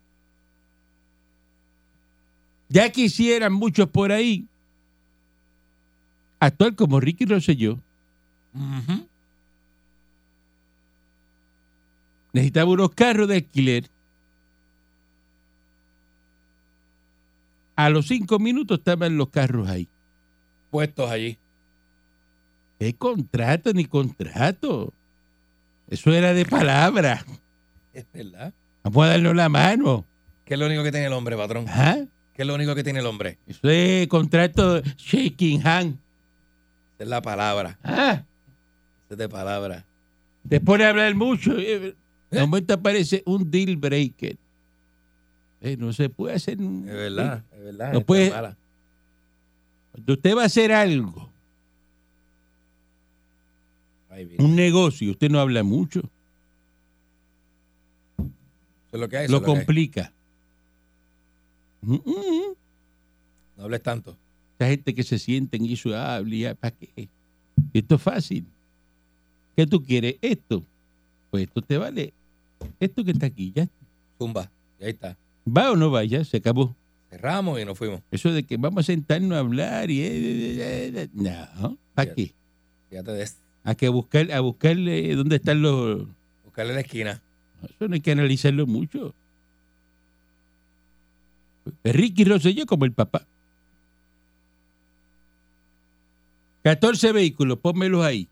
Speaker 3: Ya quisieran muchos por ahí actuar como Ricky Rosselló. Necesitaba unos carros de alquiler. A los cinco minutos estaban los carros ahí.
Speaker 4: Puestos allí.
Speaker 3: ¿Qué contrato ni contrato? Eso era de palabra.
Speaker 4: Es verdad.
Speaker 3: Vamos a darnos la mano.
Speaker 4: ¿Qué es lo único que tiene el hombre, patrón?
Speaker 3: Ajá.
Speaker 4: ¿Qué es lo único que tiene el hombre?
Speaker 3: Eso es contrato shaking hand.
Speaker 4: Esa Es la palabra.
Speaker 3: Ah,
Speaker 4: Esa Es de palabra.
Speaker 3: Después de hablar mucho, eh, de momento aparece un deal breaker. Eh, no se puede hacer. un-
Speaker 4: Es verdad. Es verdad.
Speaker 3: No
Speaker 4: está
Speaker 3: puede-
Speaker 4: mala.
Speaker 3: Cuando usted va a hacer algo,
Speaker 4: Ahí viene.
Speaker 3: un negocio, usted no habla mucho,
Speaker 4: Eso es lo que hay. eso
Speaker 3: lo
Speaker 4: es lo que hay.
Speaker 3: complica. Mm, mm.
Speaker 4: No hables tanto.
Speaker 3: Esta gente que se sienten y eso habla, y ¿para qué? Esto es fácil. ¿Qué tú quieres? Esto. Pues esto te vale. Esto que está aquí, ya.
Speaker 4: Tumba. Y ahí está.
Speaker 3: Va o no vaya, se acabó.
Speaker 4: Cerramos y nos fuimos.
Speaker 3: Eso de que vamos a sentarnos a hablar y... eh, eh, eh, eh, No, ¿para qué?
Speaker 4: Fíjate de eso.
Speaker 3: A que buscar, a buscarle dónde están los...
Speaker 4: Buscarle la esquina.
Speaker 3: Eso no hay que analizarlo mucho. Ricky Rosselló como el papá. 14 vehículos, pónmelos ahí.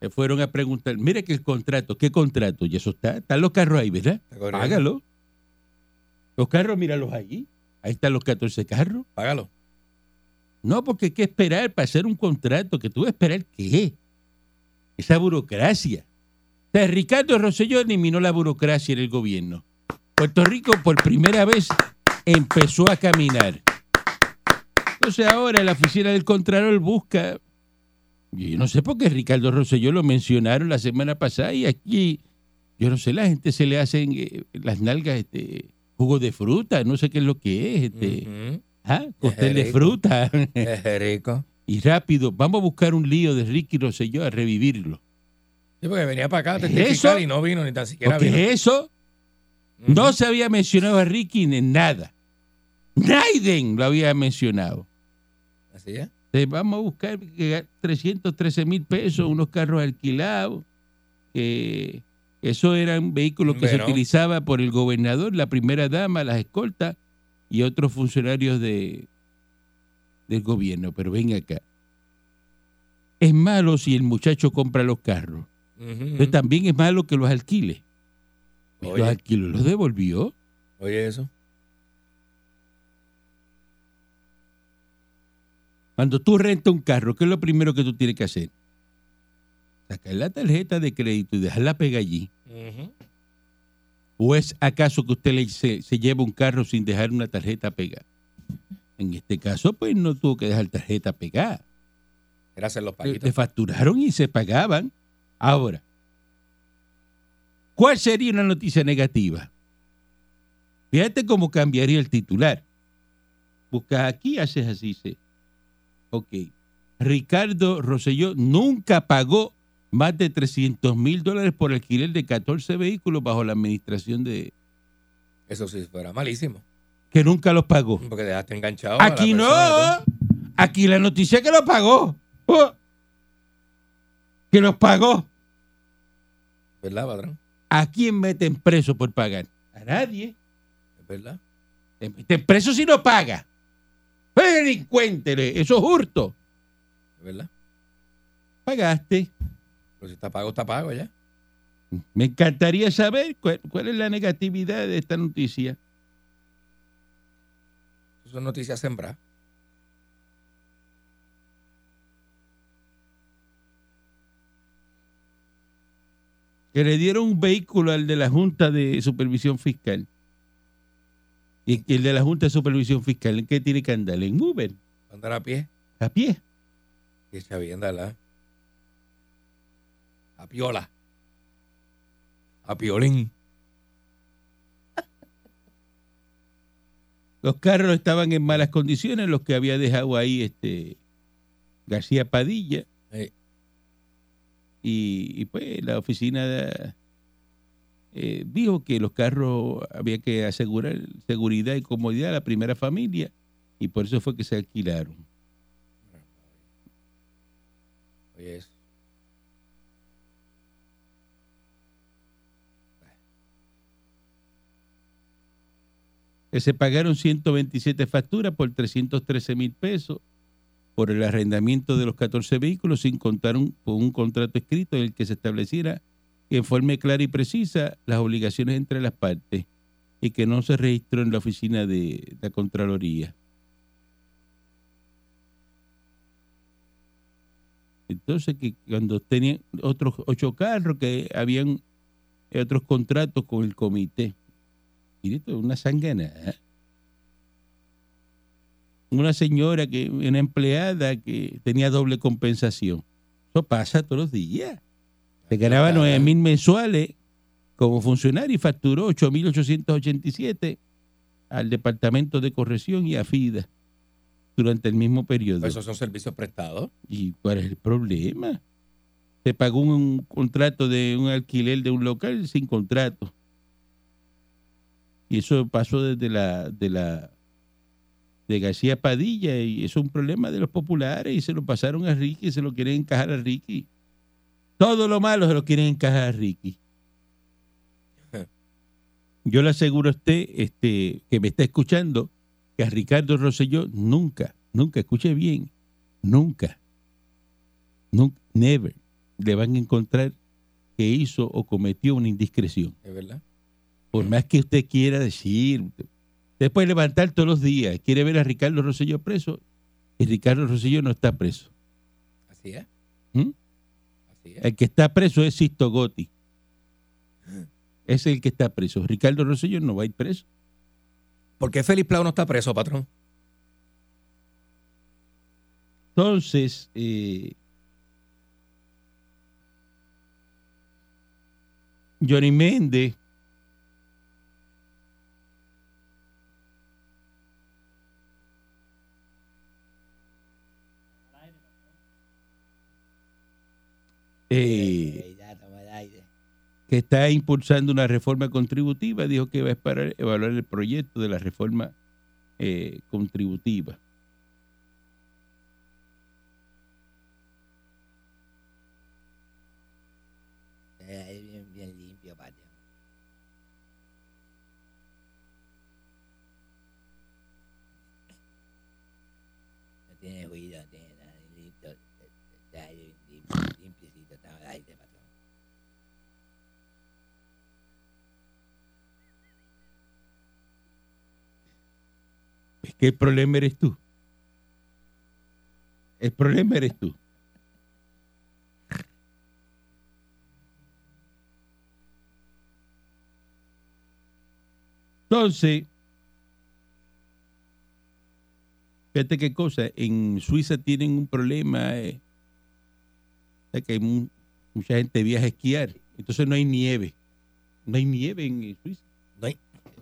Speaker 3: Se fueron a preguntar, mire que el contrato, ¿qué contrato? Y eso está, están los carros ahí, ¿verdad?
Speaker 4: Está corriendo.
Speaker 3: Págalo. Los carros, míralos ahí. Ahí están los 14 carros.
Speaker 4: Págalo.
Speaker 3: No, porque hay que esperar para hacer un contrato. ¿Que tú vas a esperar qué? Esa burocracia. O sea, Ricardo Rosselló eliminó la burocracia en el gobierno. Puerto Rico por primera vez empezó a caminar. Entonces ahora la oficina del Contralor busca... y Yo no sé por qué Ricardo Rosselló lo mencionaron la semana pasada y aquí, yo no sé, la gente se le hacen eh, las nalgas este, jugo de fruta, no sé qué es lo que es, este,
Speaker 4: Ujú.
Speaker 3: ah, cóctel de
Speaker 4: rico.
Speaker 3: fruta.
Speaker 4: Es rico.
Speaker 3: y rápido, vamos a buscar un lío de Ricky Rosselló a revivirlo.
Speaker 4: Sí, porque venía para acá a
Speaker 3: ¿Eso?
Speaker 4: testificar y no vino, ni tan siquiera
Speaker 3: Porque
Speaker 4: vino.
Speaker 3: eso
Speaker 4: Ujú.
Speaker 3: no se había mencionado a Ricky en nada. Naiden lo había mencionado.
Speaker 4: Así es.
Speaker 3: Entonces, vamos a buscar que ga- 313 mil pesos, unos carros alquilados. que eso era un vehículo que se
Speaker 4: Bueno.
Speaker 3: utilizaba por el gobernador, la primera dama, las escoltas y otros funcionarios de, del gobierno. Pero ven acá. Es malo si el muchacho compra los carros.
Speaker 4: Ujú.
Speaker 3: Pero también es malo que los alquile. Pues
Speaker 4: Oye.
Speaker 3: Los alquiló, los devolvió.
Speaker 4: Oye, eso.
Speaker 3: Cuando tú rentas un carro, ¿qué es lo primero que tú tienes que hacer? Sacar la tarjeta de crédito y dejarla pegar allí.
Speaker 4: Ujú.
Speaker 3: ¿O es acaso que usted le- se, se lleva un carro sin dejar una tarjeta pegada? En este caso, pues no tuvo que dejar tarjeta pegada.
Speaker 4: Era hacer los
Speaker 3: Le,
Speaker 4: paquitos.
Speaker 3: le facturaron y se pagaban. Ahora, ¿cuál sería una noticia negativa? Fíjate cómo cambiaría el titular. Buscas aquí, haces así, se. Ok. Ricardo Rosselló nunca pagó más de 300 mil dólares por alquiler de 14 vehículos bajo la administración de...
Speaker 4: Eso sí fuera malísimo.
Speaker 3: que nunca los pagó.
Speaker 4: Porque dejaste enganchado. a la
Speaker 3: Aquí no.
Speaker 4: persona, tú.
Speaker 3: Aquí la noticia es que lo pagó. Oh. Que los pagó.
Speaker 4: ¿Verdad, patrón?
Speaker 3: ¿A quién meten preso por pagar? A nadie.
Speaker 4: ¿Es verdad?
Speaker 3: Te meten preso si no paga. Pero delincuente, le- eso es hurto.
Speaker 4: ¿Es verdad?
Speaker 3: Pagaste.
Speaker 4: Pero si está pago, está pago ya.
Speaker 3: Me encantaría saber cuál, cuál es la negatividad de esta noticia.
Speaker 4: Eso es noticia sembrada.
Speaker 3: Que le dieron un vehículo al de la Junta de Supervisión Fiscal. Y el de la Junta de Supervisión Fiscal, ¿en qué tiene que andar? En Uber,
Speaker 4: Andar a pie.
Speaker 3: a pie.
Speaker 4: Que está bien, dala. A piola. A piolín.
Speaker 3: Los carros estaban en malas condiciones, los que había dejado ahí este García Padilla.
Speaker 4: Eh.
Speaker 3: Y, y, pues la oficina eh, dijo que los carros había que asegurar seguridad y comodidad a la primera familia y por eso fue que se alquilaron.
Speaker 4: Oye, eso.
Speaker 3: que se pagaron 127 facturas por 313 mil pesos por el arrendamiento de los 14 vehículos sin contar un, con un contrato escrito en el que se estableciera en forma clara y precisa las obligaciones entre las partes y que no se registró en la oficina de la Contraloría. Entonces, que cuando tenían otros ocho carros que habían otros contratos con el comité. Mire, esto es una sanganada. Una señora, que una empleada que tenía doble compensación. Eso pasa todos los días. Se ganaba 9 mil mensuales como funcionario y facturó 8.887 al Departamento de Corrección y a FIDA durante el mismo periodo.
Speaker 4: Esos son servicios prestados.
Speaker 3: ¿Y cuál es el problema? Se pagó un contrato de un alquiler de un local sin contrato. Y eso pasó desde la de la de García Padilla y eso es un problema de los populares y se lo pasaron a Ricky y se lo quieren encajar a Ricky. Todo lo malo se lo quieren encajar a Ricky. Yo le aseguro a usted este, que me está escuchando que a Ricardo Rosselló nunca, nunca, escuche bien, nunca, nunca, never le van a encontrar que hizo o cometió una indiscreción
Speaker 4: Es verdad.
Speaker 3: por más que usted quiera decir, después levantar todos los días, quiere ver a Ricardo Rosselló preso y Ricardo Rosselló no está preso.
Speaker 4: Así es.
Speaker 3: ¿Mm?
Speaker 4: Así es.
Speaker 3: El que está preso es Sisto Gotti. Es el que está preso. Ricardo Rosselló no va a ir preso.
Speaker 4: ¿Por qué Félix Plau no está preso, patrón?
Speaker 3: Entonces, eh, Johnny Méndez eh, que está impulsando una reforma contributiva, dijo que va a esperar- evaluar el proyecto de la reforma eh, contributiva.
Speaker 6: Eh, Ahí bien, bien limpio, patio. No tiene ruido, no tiene nada. Limpio, eh, está ahí bien limpio, limpiecito, está al aire, patrón.
Speaker 3: Es que el problema eres tú. El problema eres tú. Entonces, fíjate qué cosa, en Suiza tienen un problema, eh, o sea, que hay mu- mucha gente viaja a esquiar, entonces no hay nieve. No hay nieve en eh, Suiza.
Speaker 4: No hay-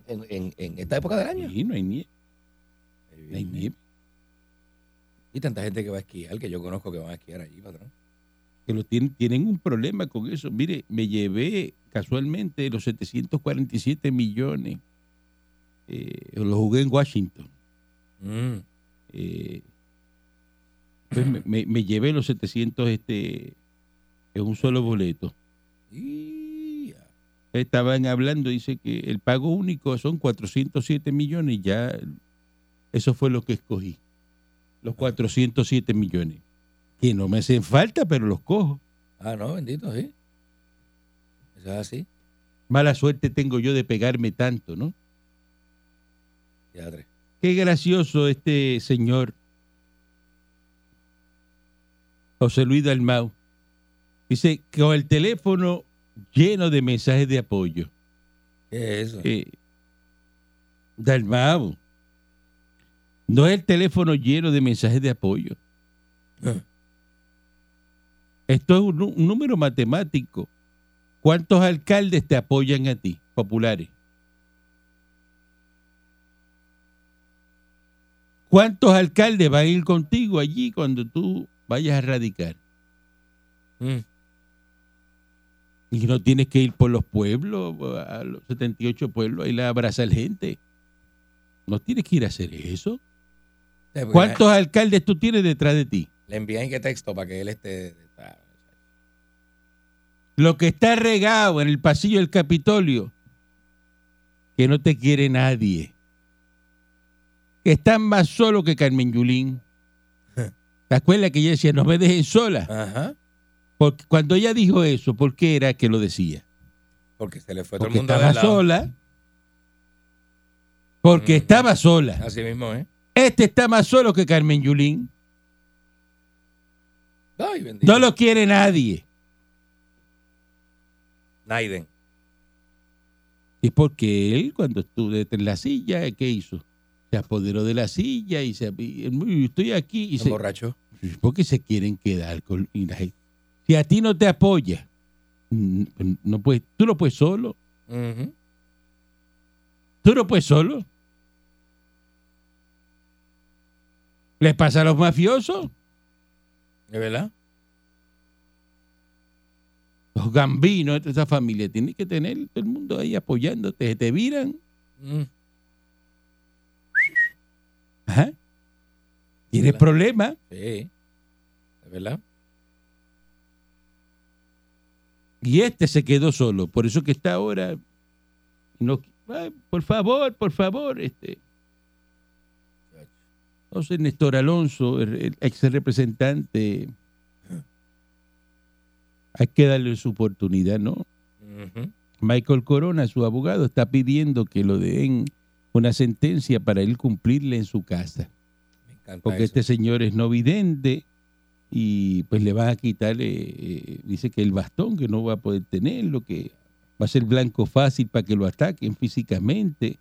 Speaker 4: en, en- en esta época del año.
Speaker 3: Sí, no hay nieve. No hay nieve.
Speaker 4: Y tanta gente que va a esquiar, que yo conozco que van a esquiar allí, patrón.
Speaker 3: que lo tienen, tienen un problema con eso. Mire, me llevé casualmente los 747 millones. Eh, lo jugué en Washington.
Speaker 4: Mm.
Speaker 3: Eh, pues me, me- me llevé los 700 este, en un solo boleto.
Speaker 4: Y-
Speaker 3: Estaban hablando, dice que el pago único son 407 millones y ya eso fue lo que escogí. Los 407 millones. Que no me hacen falta, pero los cojo.
Speaker 4: Ah, no, bendito, sí. Eso es así.
Speaker 3: Mala suerte tengo yo de pegarme tanto, ¿no?
Speaker 4: Ya, tres.
Speaker 3: Qué gracioso este señor José Luis Dalmau. Dice, con el teléfono lleno de mensajes de apoyo.
Speaker 4: ¿Qué es eso?
Speaker 3: Eh, Dalmau, no es el teléfono lleno de mensajes de apoyo.
Speaker 4: Ah.
Speaker 3: Esto es un, nu- un número matemático. ¿Cuántos alcaldes te apoyan a ti, populares? ¿Cuántos alcaldes van a ir contigo allí cuando tú vayas a radicar?
Speaker 4: Mm.
Speaker 3: Y no tienes que ir por los pueblos, a los 78 pueblos, a ir a abrazar gente. No tienes que ir a hacer eso.
Speaker 4: Sí, porque
Speaker 3: ¿Cuántos alcaldes tú tienes detrás de ti?
Speaker 4: Le envían qué texto para que él esté. está-
Speaker 3: Lo que está regado en el pasillo del Capitolio, que no te quiere nadie. Que están más solos que Carmen Yulín. ¿Te acuerdas que ella decía, no me dejen sola?
Speaker 4: Ajá.
Speaker 3: Porque cuando ella dijo eso, ¿por qué era que lo decía?
Speaker 4: Porque se le fue Pues
Speaker 3: Porque
Speaker 4: todo el mundo
Speaker 3: estaba
Speaker 4: del lado.
Speaker 3: sola. Porque
Speaker 4: Mm.
Speaker 3: estaba sola.
Speaker 4: Así mismo, ¿eh?
Speaker 3: Este está más solo que Carmen Yulín.
Speaker 4: Ay, bendito.
Speaker 3: No lo quiere nadie.
Speaker 4: Naiden.
Speaker 3: Y porque él, cuando estuvo en la silla, ¿qué hizo? Se apoderó de la silla y se. y- y estoy aquí. Y
Speaker 4: se
Speaker 3: se,
Speaker 4: emborrachó.
Speaker 3: porque se quieren quedar con. y la gente- si a ti no te apoya, mm, no puedes, tú no puedes solo.
Speaker 4: Ujú.
Speaker 3: Tú no puedes solo. ¿Les pasa a los mafiosos?
Speaker 4: ¿De verdad?
Speaker 3: Los gambinos, toda esa familia. Tienes que tener todo el mundo ahí apoyándote. Se te viran.
Speaker 4: Mm.
Speaker 3: Ajá. Tienes
Speaker 4: Claro.
Speaker 3: problemas.
Speaker 4: Sí. ¿De verdad?
Speaker 3: Y este se quedó solo. Por eso que está ahora. no- ay, por favor, por favor. Este. Entonces, Néstor Alonso, el, el ex representante, hay que darle su oportunidad, ¿no?
Speaker 4: Ujú.
Speaker 3: Michael Corona, su abogado, está pidiendo que lo den una sentencia para él cumplirle en su casa.
Speaker 4: Me encanta
Speaker 3: Porque
Speaker 4: eso.
Speaker 3: este señor es no vidente y pues le van a quitar, eh, eh, dice que el bastón, que no va a poder tenerlo, que va a ser blanco fácil para que lo ataquen físicamente.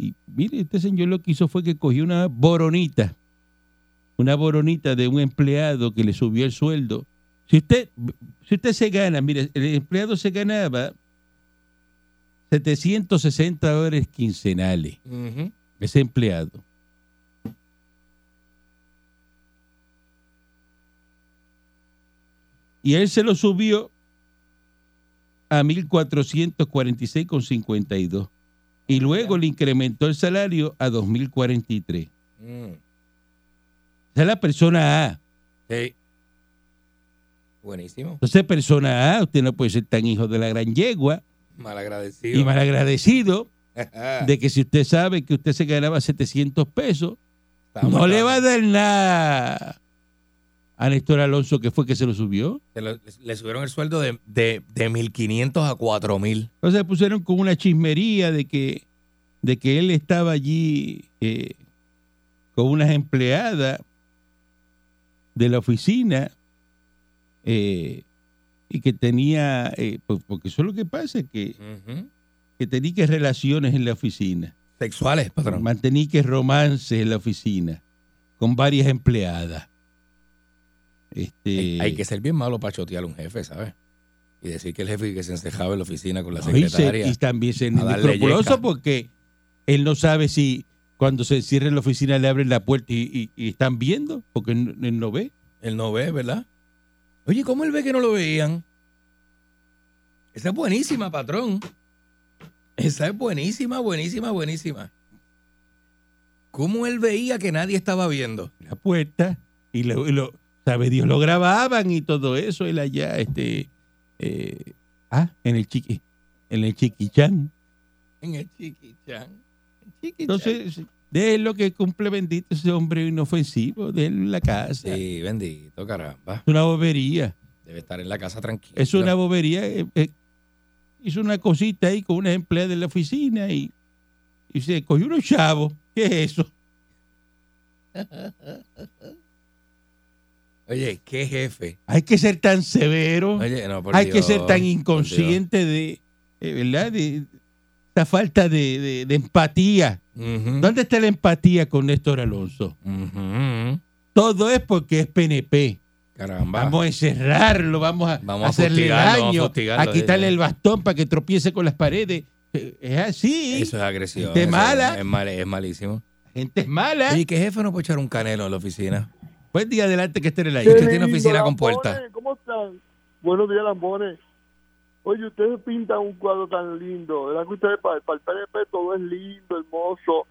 Speaker 3: Y mire, este señor lo que hizo fue que cogió una boronita, una boronita de un empleado que le subió el sueldo. Si usted, si usted se gana, mire, el empleado se ganaba 760 dólares quincenales
Speaker 4: Ujú.
Speaker 3: ese empleado. Y él se lo subió a 1.446,52. Y luego le incrementó el salario a 2.043.
Speaker 4: Mm.
Speaker 3: Esa es la persona A.
Speaker 4: Sí. Buenísimo.
Speaker 3: Entonces, persona A, usted no puede ser tan hijo de la gran yegua
Speaker 4: Malagradecido.
Speaker 3: y malagradecido
Speaker 4: Ah.
Speaker 3: de que si usted sabe que usted se ganaba 700 pesos,
Speaker 4: Estamos
Speaker 3: no le va a dar
Speaker 4: hablando.
Speaker 3: nada a Néstor Alonso, que fue que se lo subió.
Speaker 4: Se lo- Le subieron el sueldo de, de, de 1.500 a 4.000.
Speaker 3: Entonces se pusieron con una chismería de que, de que él estaba allí eh, con unas empleadas de la oficina eh, y que tenía, eh, po- porque eso es lo que pasa, que,
Speaker 4: Ujú.
Speaker 3: que tenía que relaciones en la oficina,
Speaker 4: Sexuales, patrón.
Speaker 3: mantenía que romances en la oficina con varias empleadas. Este,
Speaker 4: Hay, hay que ser bien malo para chotear a un jefe, ¿sabes? Y decir que el jefe que se encejaba en la oficina con la
Speaker 3: No, y, se-
Speaker 4: secretaria.
Speaker 3: y también ser
Speaker 4: a darle
Speaker 3: escrupuloso
Speaker 4: yesca.
Speaker 3: porque él no sabe si cuando se cierre la oficina le abren la puerta y, y- y están viendo, porque él, él no ve.
Speaker 4: Él no ve, ¿verdad? Oye, ¿cómo él ve que no lo veían? Esa es buenísima, patrón. Esa es buenísima, buenísima, buenísima. ¿Cómo él veía que nadie estaba viendo?
Speaker 3: La puerta y lo, y lo- sabe Dios, lo grababan y todo eso. Él allá, este, eh, ah, en el chiqui, en el chiquichán.
Speaker 4: En el chiquichán. El chiquichán.
Speaker 3: Entonces, déjenlo que cumple bendito ese hombre inofensivo, déjenlo en la casa.
Speaker 4: sí, bendito, caramba.
Speaker 3: Es una bobería.
Speaker 4: Debe estar en la casa tranquilo.
Speaker 3: Es una bobería. eh, eh, hizo una cosita ahí con una empleada de la oficina y, y se cogió unos chavos. ¿Qué es eso?
Speaker 4: Oye, qué jefe.
Speaker 3: Hay que ser tan severo.
Speaker 4: Oye, no, por
Speaker 3: hay que
Speaker 4: Dios,
Speaker 3: ser tan
Speaker 4: por
Speaker 3: inconsciente de, eh, ¿verdad? De esta falta de, de- de empatía.
Speaker 4: Dios. Ujú,
Speaker 3: ¿Dónde está la empatía con Néstor Alonso?
Speaker 4: ujú.
Speaker 3: Todo es porque es PNP.
Speaker 4: Caramba.
Speaker 3: Vamos a encerrarlo, vamos a,
Speaker 4: Vamos a
Speaker 3: hacerle
Speaker 4: fustigarlo, vamos a
Speaker 3: daño, a,
Speaker 4: fustigarlo,
Speaker 3: quitarle
Speaker 4: sí, sí.
Speaker 3: el bastón para que tropiece con las paredes. Eh, Es así.
Speaker 4: Eso es agresivo.
Speaker 3: De
Speaker 4: eso es-
Speaker 3: mala.
Speaker 4: Es, mal- es malísimo.
Speaker 3: La gente es mala.
Speaker 4: Oye, ¿qué jefe no puede echar un canelo en la oficina?
Speaker 3: Buen día Pues adelante que esté en el aire.
Speaker 4: Usted tiene oficina con puerta.
Speaker 7: Lambones, ¿Cómo están? Buenos días, Lambones. Oye, ustedes pintan un cuadro tan lindo. ¿Verdad que ustedes para, para el PNP todo es lindo, hermoso?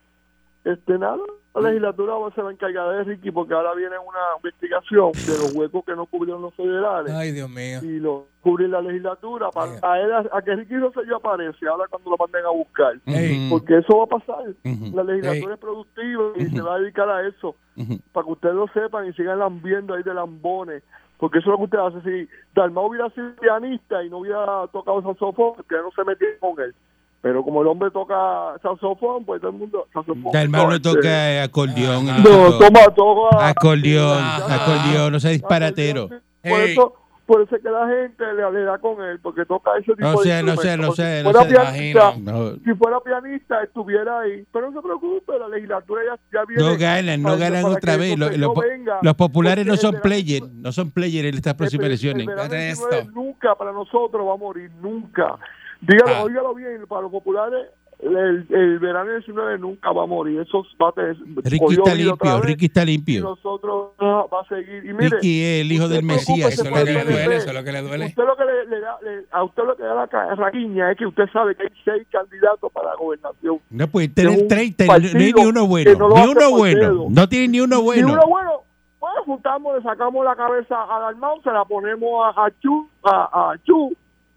Speaker 7: Este, nada, la legislatura va a ser la encargada de Ricky porque ahora viene una investigación de los huecos que no cubrieron los federales
Speaker 4: Ay, Dios mío.
Speaker 7: y lo cubre la legislatura. Para,
Speaker 4: Oiga.
Speaker 7: a, él, a, que Ricky Rosselló aparece ahora cuando lo manden a buscar.
Speaker 4: Ey,
Speaker 3: Ujú,
Speaker 7: Porque eso va a pasar.
Speaker 3: ujú,
Speaker 7: La legislatura es productiva y se va a dedicar a eso
Speaker 3: ujú.
Speaker 7: para que ustedes lo sepan y sigan lambiendo ahí de lambones, porque eso es lo que usted hace. Si Dalmau hubiera sido pianista y no hubiera tocado saxofón, usted no se metía con él. Pero como el hombre toca saxofón, pues todo el mundo. Saxofón,
Speaker 3: Ya, hermano no
Speaker 7: este,
Speaker 3: toca acordeón. él
Speaker 7: No,
Speaker 3: toca
Speaker 7: toma, toma.
Speaker 3: acordeón,
Speaker 7: Ah,
Speaker 3: acordeón, no sea disparatero.
Speaker 7: acordeón. Por
Speaker 4: Ey.
Speaker 7: eso, por eso es que la gente le, le da con él, porque toca ese tipo
Speaker 3: No
Speaker 7: de
Speaker 3: sea, no sea, no
Speaker 7: instrumentos.
Speaker 3: sea,
Speaker 7: Si
Speaker 3: no
Speaker 7: fuera
Speaker 3: sea,
Speaker 7: pianista,
Speaker 3: No,
Speaker 7: si fuera pianista, estuviera ahí. Pero no se preocupe, la legislatura ya, ya viene.
Speaker 3: no ganan, no
Speaker 7: para-
Speaker 3: ganan
Speaker 7: para
Speaker 3: otra
Speaker 7: que
Speaker 3: vez. Lo-
Speaker 7: José
Speaker 3: lo-
Speaker 7: no venga,
Speaker 3: los populares no
Speaker 7: porque
Speaker 3: son
Speaker 7: el verano-
Speaker 3: players, no son players en estas próximas
Speaker 7: el-
Speaker 3: elecciones.
Speaker 7: el verano
Speaker 4: Fíjate
Speaker 7: 19
Speaker 4: esto.
Speaker 7: Nunca para nosotros va a morir, nunca. Dígalo,
Speaker 4: Ah.
Speaker 7: óigalo bien, para los populares el, el verano 19 nunca va a morir. Eso va a tener-
Speaker 3: Ricky
Speaker 7: cogió
Speaker 3: está
Speaker 7: vida otra
Speaker 3: limpio,
Speaker 7: vez
Speaker 3: Ricky está
Speaker 7: y
Speaker 3: limpio.
Speaker 7: nosotros ah, va a seguir. Y mire,
Speaker 3: Ricky es el hijo del
Speaker 7: usted
Speaker 3: Mesías.
Speaker 4: Eso es
Speaker 7: preocupe,
Speaker 4: lo que le
Speaker 7: puede
Speaker 4: duele,
Speaker 7: ser.
Speaker 4: eso es lo que le duele.
Speaker 7: usted lo que le, le da, le- a usted lo que le da la ca- raquiña es que usted sabe que hay seis candidatos para la gobernación.
Speaker 3: No puede
Speaker 7: de
Speaker 3: tener
Speaker 7: un
Speaker 3: 30, y no- no hay ni
Speaker 7: partido
Speaker 3: uno
Speaker 7: que
Speaker 3: bueno.
Speaker 7: no lo
Speaker 3: ni
Speaker 7: hace
Speaker 3: uno
Speaker 7: por
Speaker 3: bueno.
Speaker 7: dedo.
Speaker 3: No tiene ni uno
Speaker 7: Y
Speaker 3: bueno.
Speaker 7: uno bueno, pues juntamos, le sacamos la cabeza a Dalmau, se la ponemos a, a Chu, a, a Chu,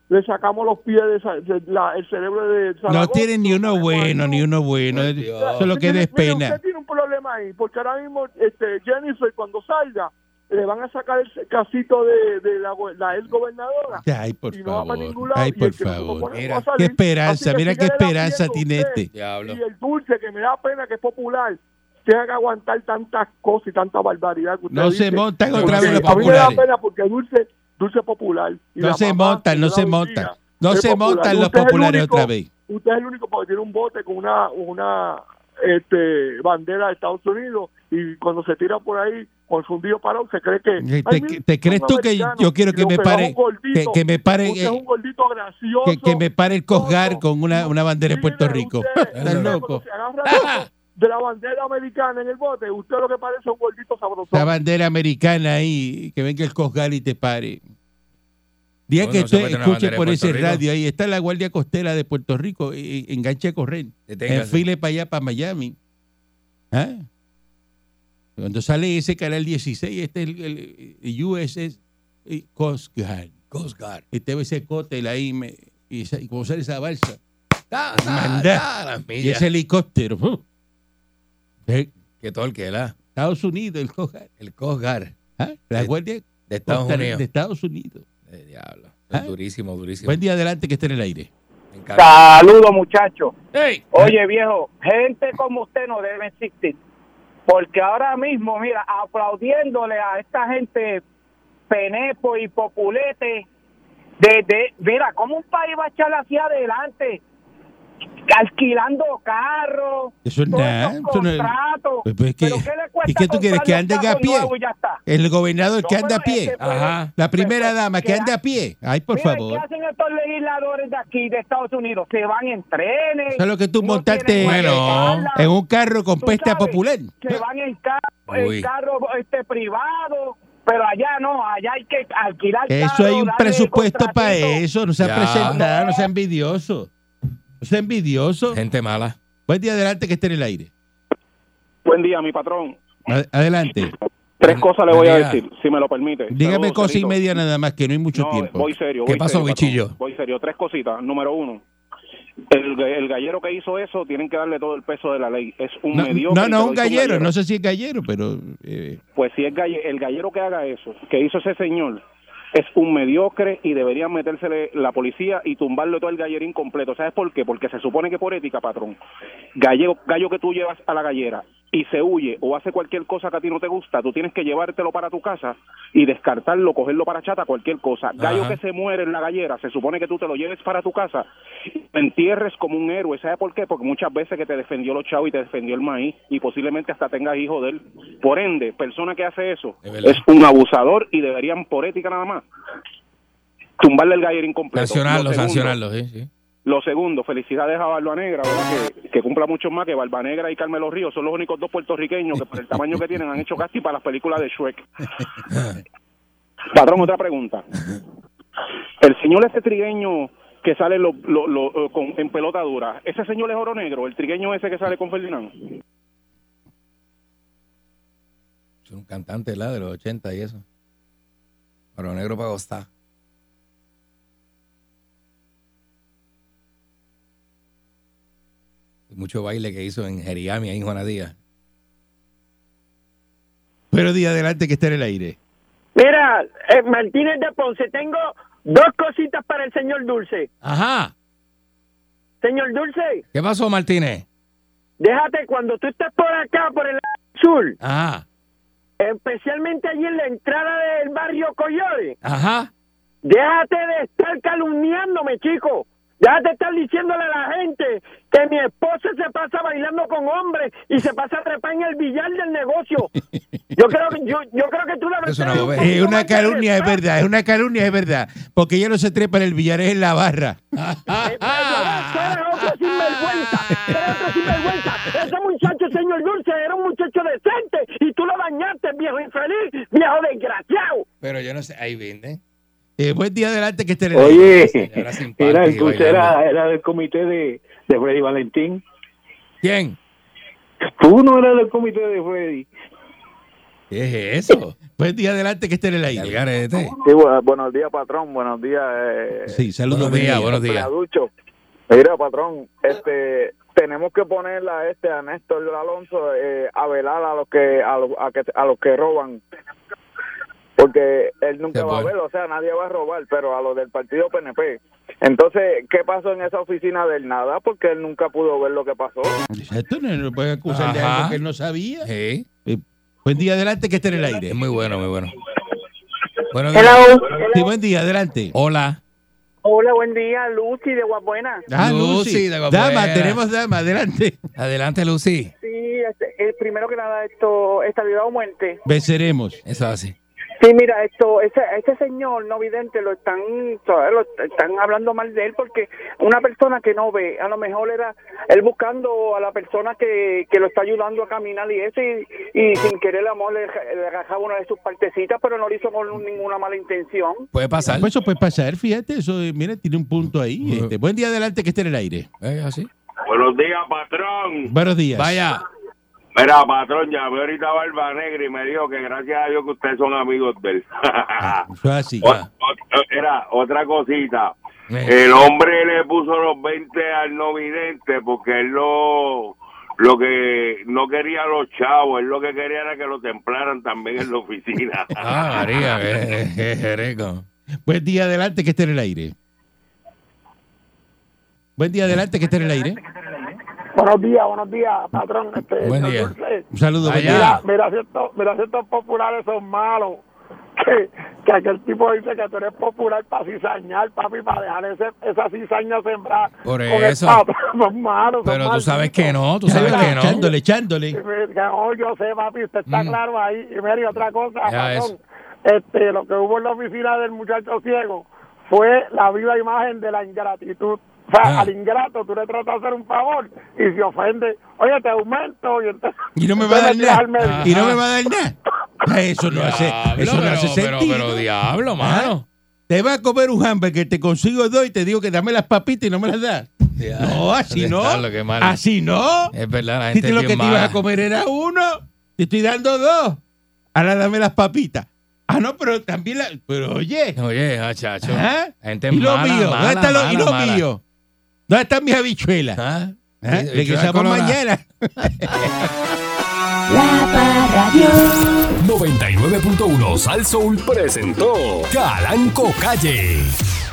Speaker 7: le sacamos los pies, de, Sa- de la- el cerebro de
Speaker 3: No
Speaker 7: Zaragoza,
Speaker 3: tiene ni uno
Speaker 7: ponemos a
Speaker 3: bueno,
Speaker 7: Chu.
Speaker 3: ni uno bueno.
Speaker 4: Por Dios.
Speaker 3: Eso es lo que
Speaker 7: Mire,
Speaker 3: des
Speaker 7: mire,
Speaker 3: pena.
Speaker 7: Usted tiene un problema ahí, porque ahora mismo este, Jennifer cuando salga le van a sacar el casito de, de la, go- la ex gobernadora.
Speaker 3: Ay, por
Speaker 7: y no va para ningún
Speaker 3: favor.
Speaker 7: lado,
Speaker 3: Ay,
Speaker 7: y el
Speaker 3: por
Speaker 7: que nosotros
Speaker 3: favor.
Speaker 7: ponemos
Speaker 4: Mira,
Speaker 7: va a salir.
Speaker 3: Qué
Speaker 7: Así
Speaker 3: esperanza,
Speaker 7: que
Speaker 3: mira qué
Speaker 7: sígale
Speaker 3: esperanza
Speaker 7: lambiendo
Speaker 3: tiene
Speaker 7: usted.
Speaker 3: este.
Speaker 4: Diablo.
Speaker 7: Y el dulce, que me da pena que es popular, tenga que aguantar tantas cosas y tanta barbaridad que usted
Speaker 3: No se
Speaker 7: dice.
Speaker 3: montan
Speaker 4: Porque
Speaker 3: otra vez los
Speaker 7: a mí me da
Speaker 3: populares.
Speaker 7: pena porque dulce, dulce es popular. Y
Speaker 3: No
Speaker 7: la
Speaker 3: se
Speaker 7: mamá,
Speaker 3: montan, no
Speaker 7: que
Speaker 3: se
Speaker 7: la
Speaker 3: montan.
Speaker 7: bendiga,
Speaker 3: No
Speaker 7: es
Speaker 3: se
Speaker 7: popular.
Speaker 3: montan los
Speaker 7: Usted es el
Speaker 3: populares
Speaker 7: único-
Speaker 3: otra vez.
Speaker 7: Usted es el único porque tiene un bote con una, una este, bandera de Estados Unidos y cuando se tira por ahí con fundido parón se cree que...
Speaker 3: Eh, ¿Te,
Speaker 7: "Ay, mira,
Speaker 3: te crees
Speaker 7: son
Speaker 3: tú que
Speaker 7: americanos".
Speaker 3: yo quiero
Speaker 7: Y
Speaker 3: que
Speaker 7: lo
Speaker 3: me
Speaker 7: pegaba un
Speaker 3: paren que,
Speaker 7: gordito.
Speaker 3: que me paren
Speaker 7: Usted es
Speaker 3: eh,
Speaker 7: un gordito gracioso.
Speaker 3: que, que me pare el cosgar
Speaker 7: Oso.
Speaker 3: con una, una bandera de
Speaker 7: Sí,
Speaker 3: Puerto
Speaker 7: mire,
Speaker 3: Rico.
Speaker 7: usted-
Speaker 3: Estás
Speaker 7: usted
Speaker 3: loco.
Speaker 7: cuando se agarra de- De la bandera americana en el bote, usted lo que parece es un gordito sabroso.
Speaker 3: Esa bandera americana ahí, que venga el cosgar y te pare. Día
Speaker 4: No,
Speaker 3: que
Speaker 4: no se
Speaker 3: usted
Speaker 4: puede una
Speaker 3: escuche
Speaker 4: bandera de
Speaker 3: por
Speaker 4: Puerto
Speaker 3: ese
Speaker 4: Rico.
Speaker 3: radio ahí, está la Guardia Costera de Puerto Rico, eh, eh, enganche a correr.
Speaker 4: Deténgase.
Speaker 3: Enfile para allá, para Miami. ¿Ah? Cuando sale ese canal 16, este es el, el- el USS eh, Coast Guard.
Speaker 4: Coast Guard.
Speaker 3: Y te ve ese cótel ahí me- y, esa- y como sale esa balsa.
Speaker 4: Ta, ta,
Speaker 3: Manda.
Speaker 4: ta, las
Speaker 3: Y
Speaker 4: millas.
Speaker 3: ese helicóptero. ¡fu! De
Speaker 4: Que torque, ¿verdad?
Speaker 3: Estados Unidos, el Coast Guard.
Speaker 4: El Coast Guard
Speaker 3: ¿Ah? La
Speaker 4: De-
Speaker 3: Guardia
Speaker 4: de Estados
Speaker 3: Costera
Speaker 4: Unidos.
Speaker 3: de Estados Unidos.
Speaker 4: Eh, diablo.
Speaker 3: ¿Ah?
Speaker 4: Durísimo, durísimo.
Speaker 3: Buen día adelante que esté en el aire.
Speaker 4: Me encanta.
Speaker 8: Saludos, muchachos.
Speaker 4: Ey.
Speaker 8: Oye, viejo, gente como usted no debe existir. Porque ahora mismo, mira, aplaudiéndole a esta gente penepo y populete, de, de- mira, ¿cómo un país va a echar hacia adelante? Alquilando carros,
Speaker 3: Eso es
Speaker 8: todos
Speaker 3: nada,
Speaker 8: esos
Speaker 3: eso no es-
Speaker 8: contratos.
Speaker 3: Pues, pues,
Speaker 8: ¿Pero
Speaker 3: que-
Speaker 8: qué le cuesta
Speaker 3: ¿y qué tú quieres,
Speaker 8: comprar
Speaker 3: que
Speaker 8: los
Speaker 3: anden a
Speaker 8: carros
Speaker 3: pie?
Speaker 8: nuevos y ya está?
Speaker 3: El gobernador que
Speaker 8: No,
Speaker 3: anda a
Speaker 8: pero
Speaker 3: pie.
Speaker 8: es que, pues,
Speaker 4: Ajá.
Speaker 3: La primera
Speaker 8: pues,
Speaker 3: dama que
Speaker 8: que
Speaker 3: anda
Speaker 8: ha-
Speaker 3: a pie. Ay, por
Speaker 8: Mira,
Speaker 3: favor.
Speaker 8: ¿Qué hacen estos legisladores de aquí, de Estados Unidos? Se van en trenes.
Speaker 3: Eso es lo que tú
Speaker 8: no
Speaker 3: montarte
Speaker 8: tienen
Speaker 4: Bueno.
Speaker 8: guardaespaldas,
Speaker 3: en un carro con
Speaker 8: tú
Speaker 3: pesta
Speaker 8: sabes,
Speaker 3: popular.
Speaker 8: Se van en, ca-
Speaker 4: Uy.
Speaker 8: en carro este, privado, pero allá no, allá hay que alquilar.
Speaker 3: Eso
Speaker 8: carro,
Speaker 3: hay un
Speaker 8: darle
Speaker 3: presupuesto para
Speaker 8: contratito.
Speaker 3: eso. No se ha
Speaker 4: Ya.
Speaker 3: presentado, no sea envidioso. No sea envidioso.
Speaker 4: Gente mala.
Speaker 3: Buen día adelante que esté en el aire.
Speaker 9: Buen día, mi patrón.
Speaker 8: Eh.
Speaker 3: Ad- Adelante.
Speaker 9: Tres cosas le voy a
Speaker 4: María.
Speaker 9: decir, si me lo permite.
Speaker 3: Dígame
Speaker 9: Saludos,
Speaker 3: cosa y
Speaker 9: Celito.
Speaker 3: media nada más, que no hay mucho
Speaker 9: No,
Speaker 3: tiempo.
Speaker 9: voy serio.
Speaker 4: ¿Qué
Speaker 9: voy
Speaker 4: pasó,
Speaker 9: serio, patrón.
Speaker 4: bichillo?
Speaker 9: Voy serio. Tres cositas. Número uno, el, el gallero que hizo eso tienen que darle todo el peso de la ley. Es un
Speaker 3: No,
Speaker 9: mediocre.
Speaker 3: no,
Speaker 9: que
Speaker 3: no,
Speaker 9: lo
Speaker 3: un
Speaker 9: hizo
Speaker 3: gallero. No sé si es gallero, pero eh,
Speaker 9: Pues si es galle- el gallero que haga eso, que hizo ese señor, es un mediocre y deberían metérsele la policía y tumbarle todo el gallerín completo. ¿Sabes por qué? Porque se supone que por ética, patrón, gallego, gallo que tú llevas a la gallera y se huye o hace cualquier cosa que a ti no te gusta, tú tienes que llevártelo para tu casa y descartarlo, cogerlo para chata, cualquier cosa. Gallo
Speaker 4: Ajá.
Speaker 9: que se muere en la gallera, se supone que tú te lo lleves para tu casa y te entierres como un héroe. ¿Sabes por qué? Porque muchas veces que te defendió los chavos y te defendió el maíz y posiblemente hasta tengas hijo de él. Por ende, persona que hace eso
Speaker 4: Es verdad.
Speaker 9: es un abusador y deberían, por ética nada más, tumbarle el gallerín completo.
Speaker 4: Sancionarlo,
Speaker 9: Lo segundo-
Speaker 4: sancionarlo, sí, sí.
Speaker 9: Lo segundo, felicidades a Barba Negra, ¿verdad? Que, que cumpla mucho más que Barba Negra y Carmelo Ríos. Son los únicos dos puertorriqueños que por el tamaño que tienen han hecho casting para las películas de Shrek. Patrón, otra pregunta. El señor ese trigueño que sale lo- lo- lo- con, en pelota dura, ¿ese señor es oro negro? ¿El trigueño ese que sale con Ferdinand?
Speaker 4: Es un cantante, ¿verdad? De los 80 y eso. Pero negro para gozar. Mucho baile que hizo en Jeriami, ahí en Juanadía.
Speaker 3: Pero di adelante que está en el aire.
Speaker 10: Mira, eh, Martínez de Ponce, tengo dos cositas para el señor Dulce.
Speaker 4: Ajá.
Speaker 10: Señor Dulce,
Speaker 4: ¿Qué pasó, Martínez?
Speaker 10: déjate cuando tú estés por acá, por el sur,
Speaker 4: Ajá.
Speaker 10: especialmente allí en la entrada del barrio Coyote,
Speaker 4: Ajá.
Speaker 10: déjate de estar calumniándome, chico. Déjate de estar diciéndole a la gente que mi esposa se pasa bailando con hombres y se pasa trepando en el billar del negocio. Yo creo que, yo, yo creo que tú la
Speaker 4: Eso no lo ves.
Speaker 3: Es una calumnia, es verdad, es una calumnia, es verdad. Porque ella no se trepa en el billar, es en la barra.
Speaker 10: Era otro sinvergüenza, era otro sinvergüenza. Ese muchacho, señor Dulce, era un muchacho decente y tú lo bañaste, viejo infeliz, viejo desgraciado.
Speaker 4: Pero yo no sé, ahí vende.
Speaker 3: Eh, buen día adelante que esté en el aire.
Speaker 11: Oye,
Speaker 4: Señora sin
Speaker 11: era
Speaker 4: panty
Speaker 11: el coach,
Speaker 4: bailando.
Speaker 11: era, era del comité de, de Freddy Valentín.
Speaker 4: ¿Quién?
Speaker 11: Tú no eras del comité de Freddy.
Speaker 4: ¿Qué es eso?
Speaker 3: Buen día adelante que esté en el
Speaker 4: Al
Speaker 3: aire.
Speaker 4: garete.
Speaker 11: Sí, bu- buenos días, patrón. Buenos días, eh,
Speaker 3: Sí, saludos.
Speaker 4: Buenos días, buenos días.
Speaker 11: empleaducho. Mira, patrón, este, tenemos que poner a este a Néstor Alonso eh, a velar a los que a, los- a que a los que roban, porque él nunca
Speaker 4: Qué
Speaker 11: va
Speaker 4: bueno.
Speaker 11: a ver, o sea, nadie va a robar, pero a los del partido PNP. Entonces, ¿qué pasó en esa oficina del nada? Porque él nunca pudo ver lo que pasó.
Speaker 3: Esto este no lo pueden acusar de
Speaker 4: Ajá.
Speaker 3: algo que él no sabía.
Speaker 4: Sí.
Speaker 3: Eh, buen día adelante que esté en el aire.
Speaker 4: Es muy bueno, muy bueno. Buenos días.
Speaker 10: Hello.
Speaker 3: Sí, buen día adelante.
Speaker 4: Hola.
Speaker 10: Hola, buen día, Lucy de Guabuena.
Speaker 3: Ah, Lucy.
Speaker 4: Lucy, de Guapuera.
Speaker 3: dama, tenemos dama, adelante.
Speaker 4: Adelante, Lucy.
Speaker 10: Sí, este, eh, primero que nada, esto, estabilidad o muerte.
Speaker 3: Venceremos.
Speaker 4: Eso así.
Speaker 10: Sí, mira, esto, ese, ese señor no vidente lo están, todavía lo están hablando mal de él porque una persona que no ve, a lo mejor era él buscando a la persona que, que lo está ayudando a caminar y eso, y, y sin querer el amor le, le agarraba una de sus partecitas, pero no lo hizo con ninguna mala intención.
Speaker 4: Puede
Speaker 3: Ah,
Speaker 4: pasar.
Speaker 3: pues eso puede pasar, fíjate, eso, eh, mira, tiene un punto ahí.
Speaker 4: Ujú.
Speaker 3: Este, buen día adelante que esté en el aire.
Speaker 4: Eh, así.
Speaker 9: Buenos días, patrón.
Speaker 3: Buenos días.
Speaker 4: Vaya.
Speaker 9: Mira, patrón, llamé ahorita a Barba Negra y me dijo que gracias a Dios que ustedes son amigos de él.
Speaker 3: Ah, Eso es así.
Speaker 9: O- o- Era otra cosita.
Speaker 4: Eh,
Speaker 9: El hombre le puso los 20 al no vidente porque él lo, lo que no quería a los chavos, él lo que quería era que lo templaran también en la oficina.
Speaker 4: Ah, María, qué, qué- qué rico.
Speaker 3: Buen día adelante que esté en el aire. Buen día adelante que esté en el aire.
Speaker 7: Buenos días, buenos días, patrón. Este,
Speaker 4: Buen
Speaker 7: señor
Speaker 4: día.
Speaker 7: Dulce.
Speaker 3: Un saludo. buen
Speaker 4: Vaya.
Speaker 3: día.
Speaker 7: Mira, mira si, estos, mira si estos populares son malos. Que, que aquel tipo dice que tú eres popular para cizañar, papi, para dejar ese, esa cizaña sembrada.
Speaker 4: Por
Speaker 7: con
Speaker 4: eso.
Speaker 7: el patrón. son malos. son
Speaker 4: Pero tú sabes
Speaker 7: malditos.
Speaker 4: que no, tú
Speaker 3: Ya,
Speaker 4: sabes que no.
Speaker 3: Echándole, echándole.
Speaker 7: Y me- que, oh, yo sé, papi, usted está
Speaker 4: Mm.
Speaker 7: claro ahí. Y mira, y otra cosa,
Speaker 4: Ya
Speaker 7: patrón. Este, lo que hubo en la oficina del muchacho ciego fue la viva imagen de la ingratitud. O sea,
Speaker 4: Ah.
Speaker 7: al ingrato tú le tratas de hacer un favor y se ofende. Oye, te aumento. Y entonces,
Speaker 3: Y no me va a dar
Speaker 7: entonces tiras al
Speaker 4: Ah.
Speaker 3: nada.
Speaker 7: medio.
Speaker 3: Y no me va a dar nada. Ah, Eso no hace,
Speaker 4: Diablo,
Speaker 3: eso no
Speaker 4: pero-
Speaker 3: hace
Speaker 4: pero,
Speaker 3: sentido. ¿Ah?
Speaker 4: pero diablo, mano.
Speaker 3: Te va a comer un hamburger, te consigo dos y te digo que dame las papitas y no me las das.
Speaker 4: Diablo,
Speaker 3: No, así no.
Speaker 4: diablo, qué mal.
Speaker 3: Así no.
Speaker 4: Es verdad, la
Speaker 3: Si
Speaker 4: gente
Speaker 3: te
Speaker 4: es
Speaker 3: lo
Speaker 4: bien
Speaker 3: que te
Speaker 4: mala.
Speaker 3: ibas a comer era uno, te estoy dando dos. Ahora dame las papitas. Ah, no, pero también la. Pero oye,
Speaker 4: Oye, ah, chacho.
Speaker 3: ¿ah?
Speaker 4: La gente es
Speaker 3: ¿y lo
Speaker 4: mala,
Speaker 3: mío?
Speaker 4: mala,
Speaker 3: ¿Dónde está lo, y
Speaker 4: mala,
Speaker 3: lo
Speaker 4: mala.
Speaker 3: mío? ¿Dónde están mis habichuelas?
Speaker 4: ¿Ah?
Speaker 3: ¿Ah?
Speaker 4: Sí, sí,
Speaker 3: Regresamos
Speaker 4: colorada.
Speaker 3: mañana.
Speaker 2: La Parra Dios.
Speaker 1: 99.1 Sal Soul presentó Calanco Calle.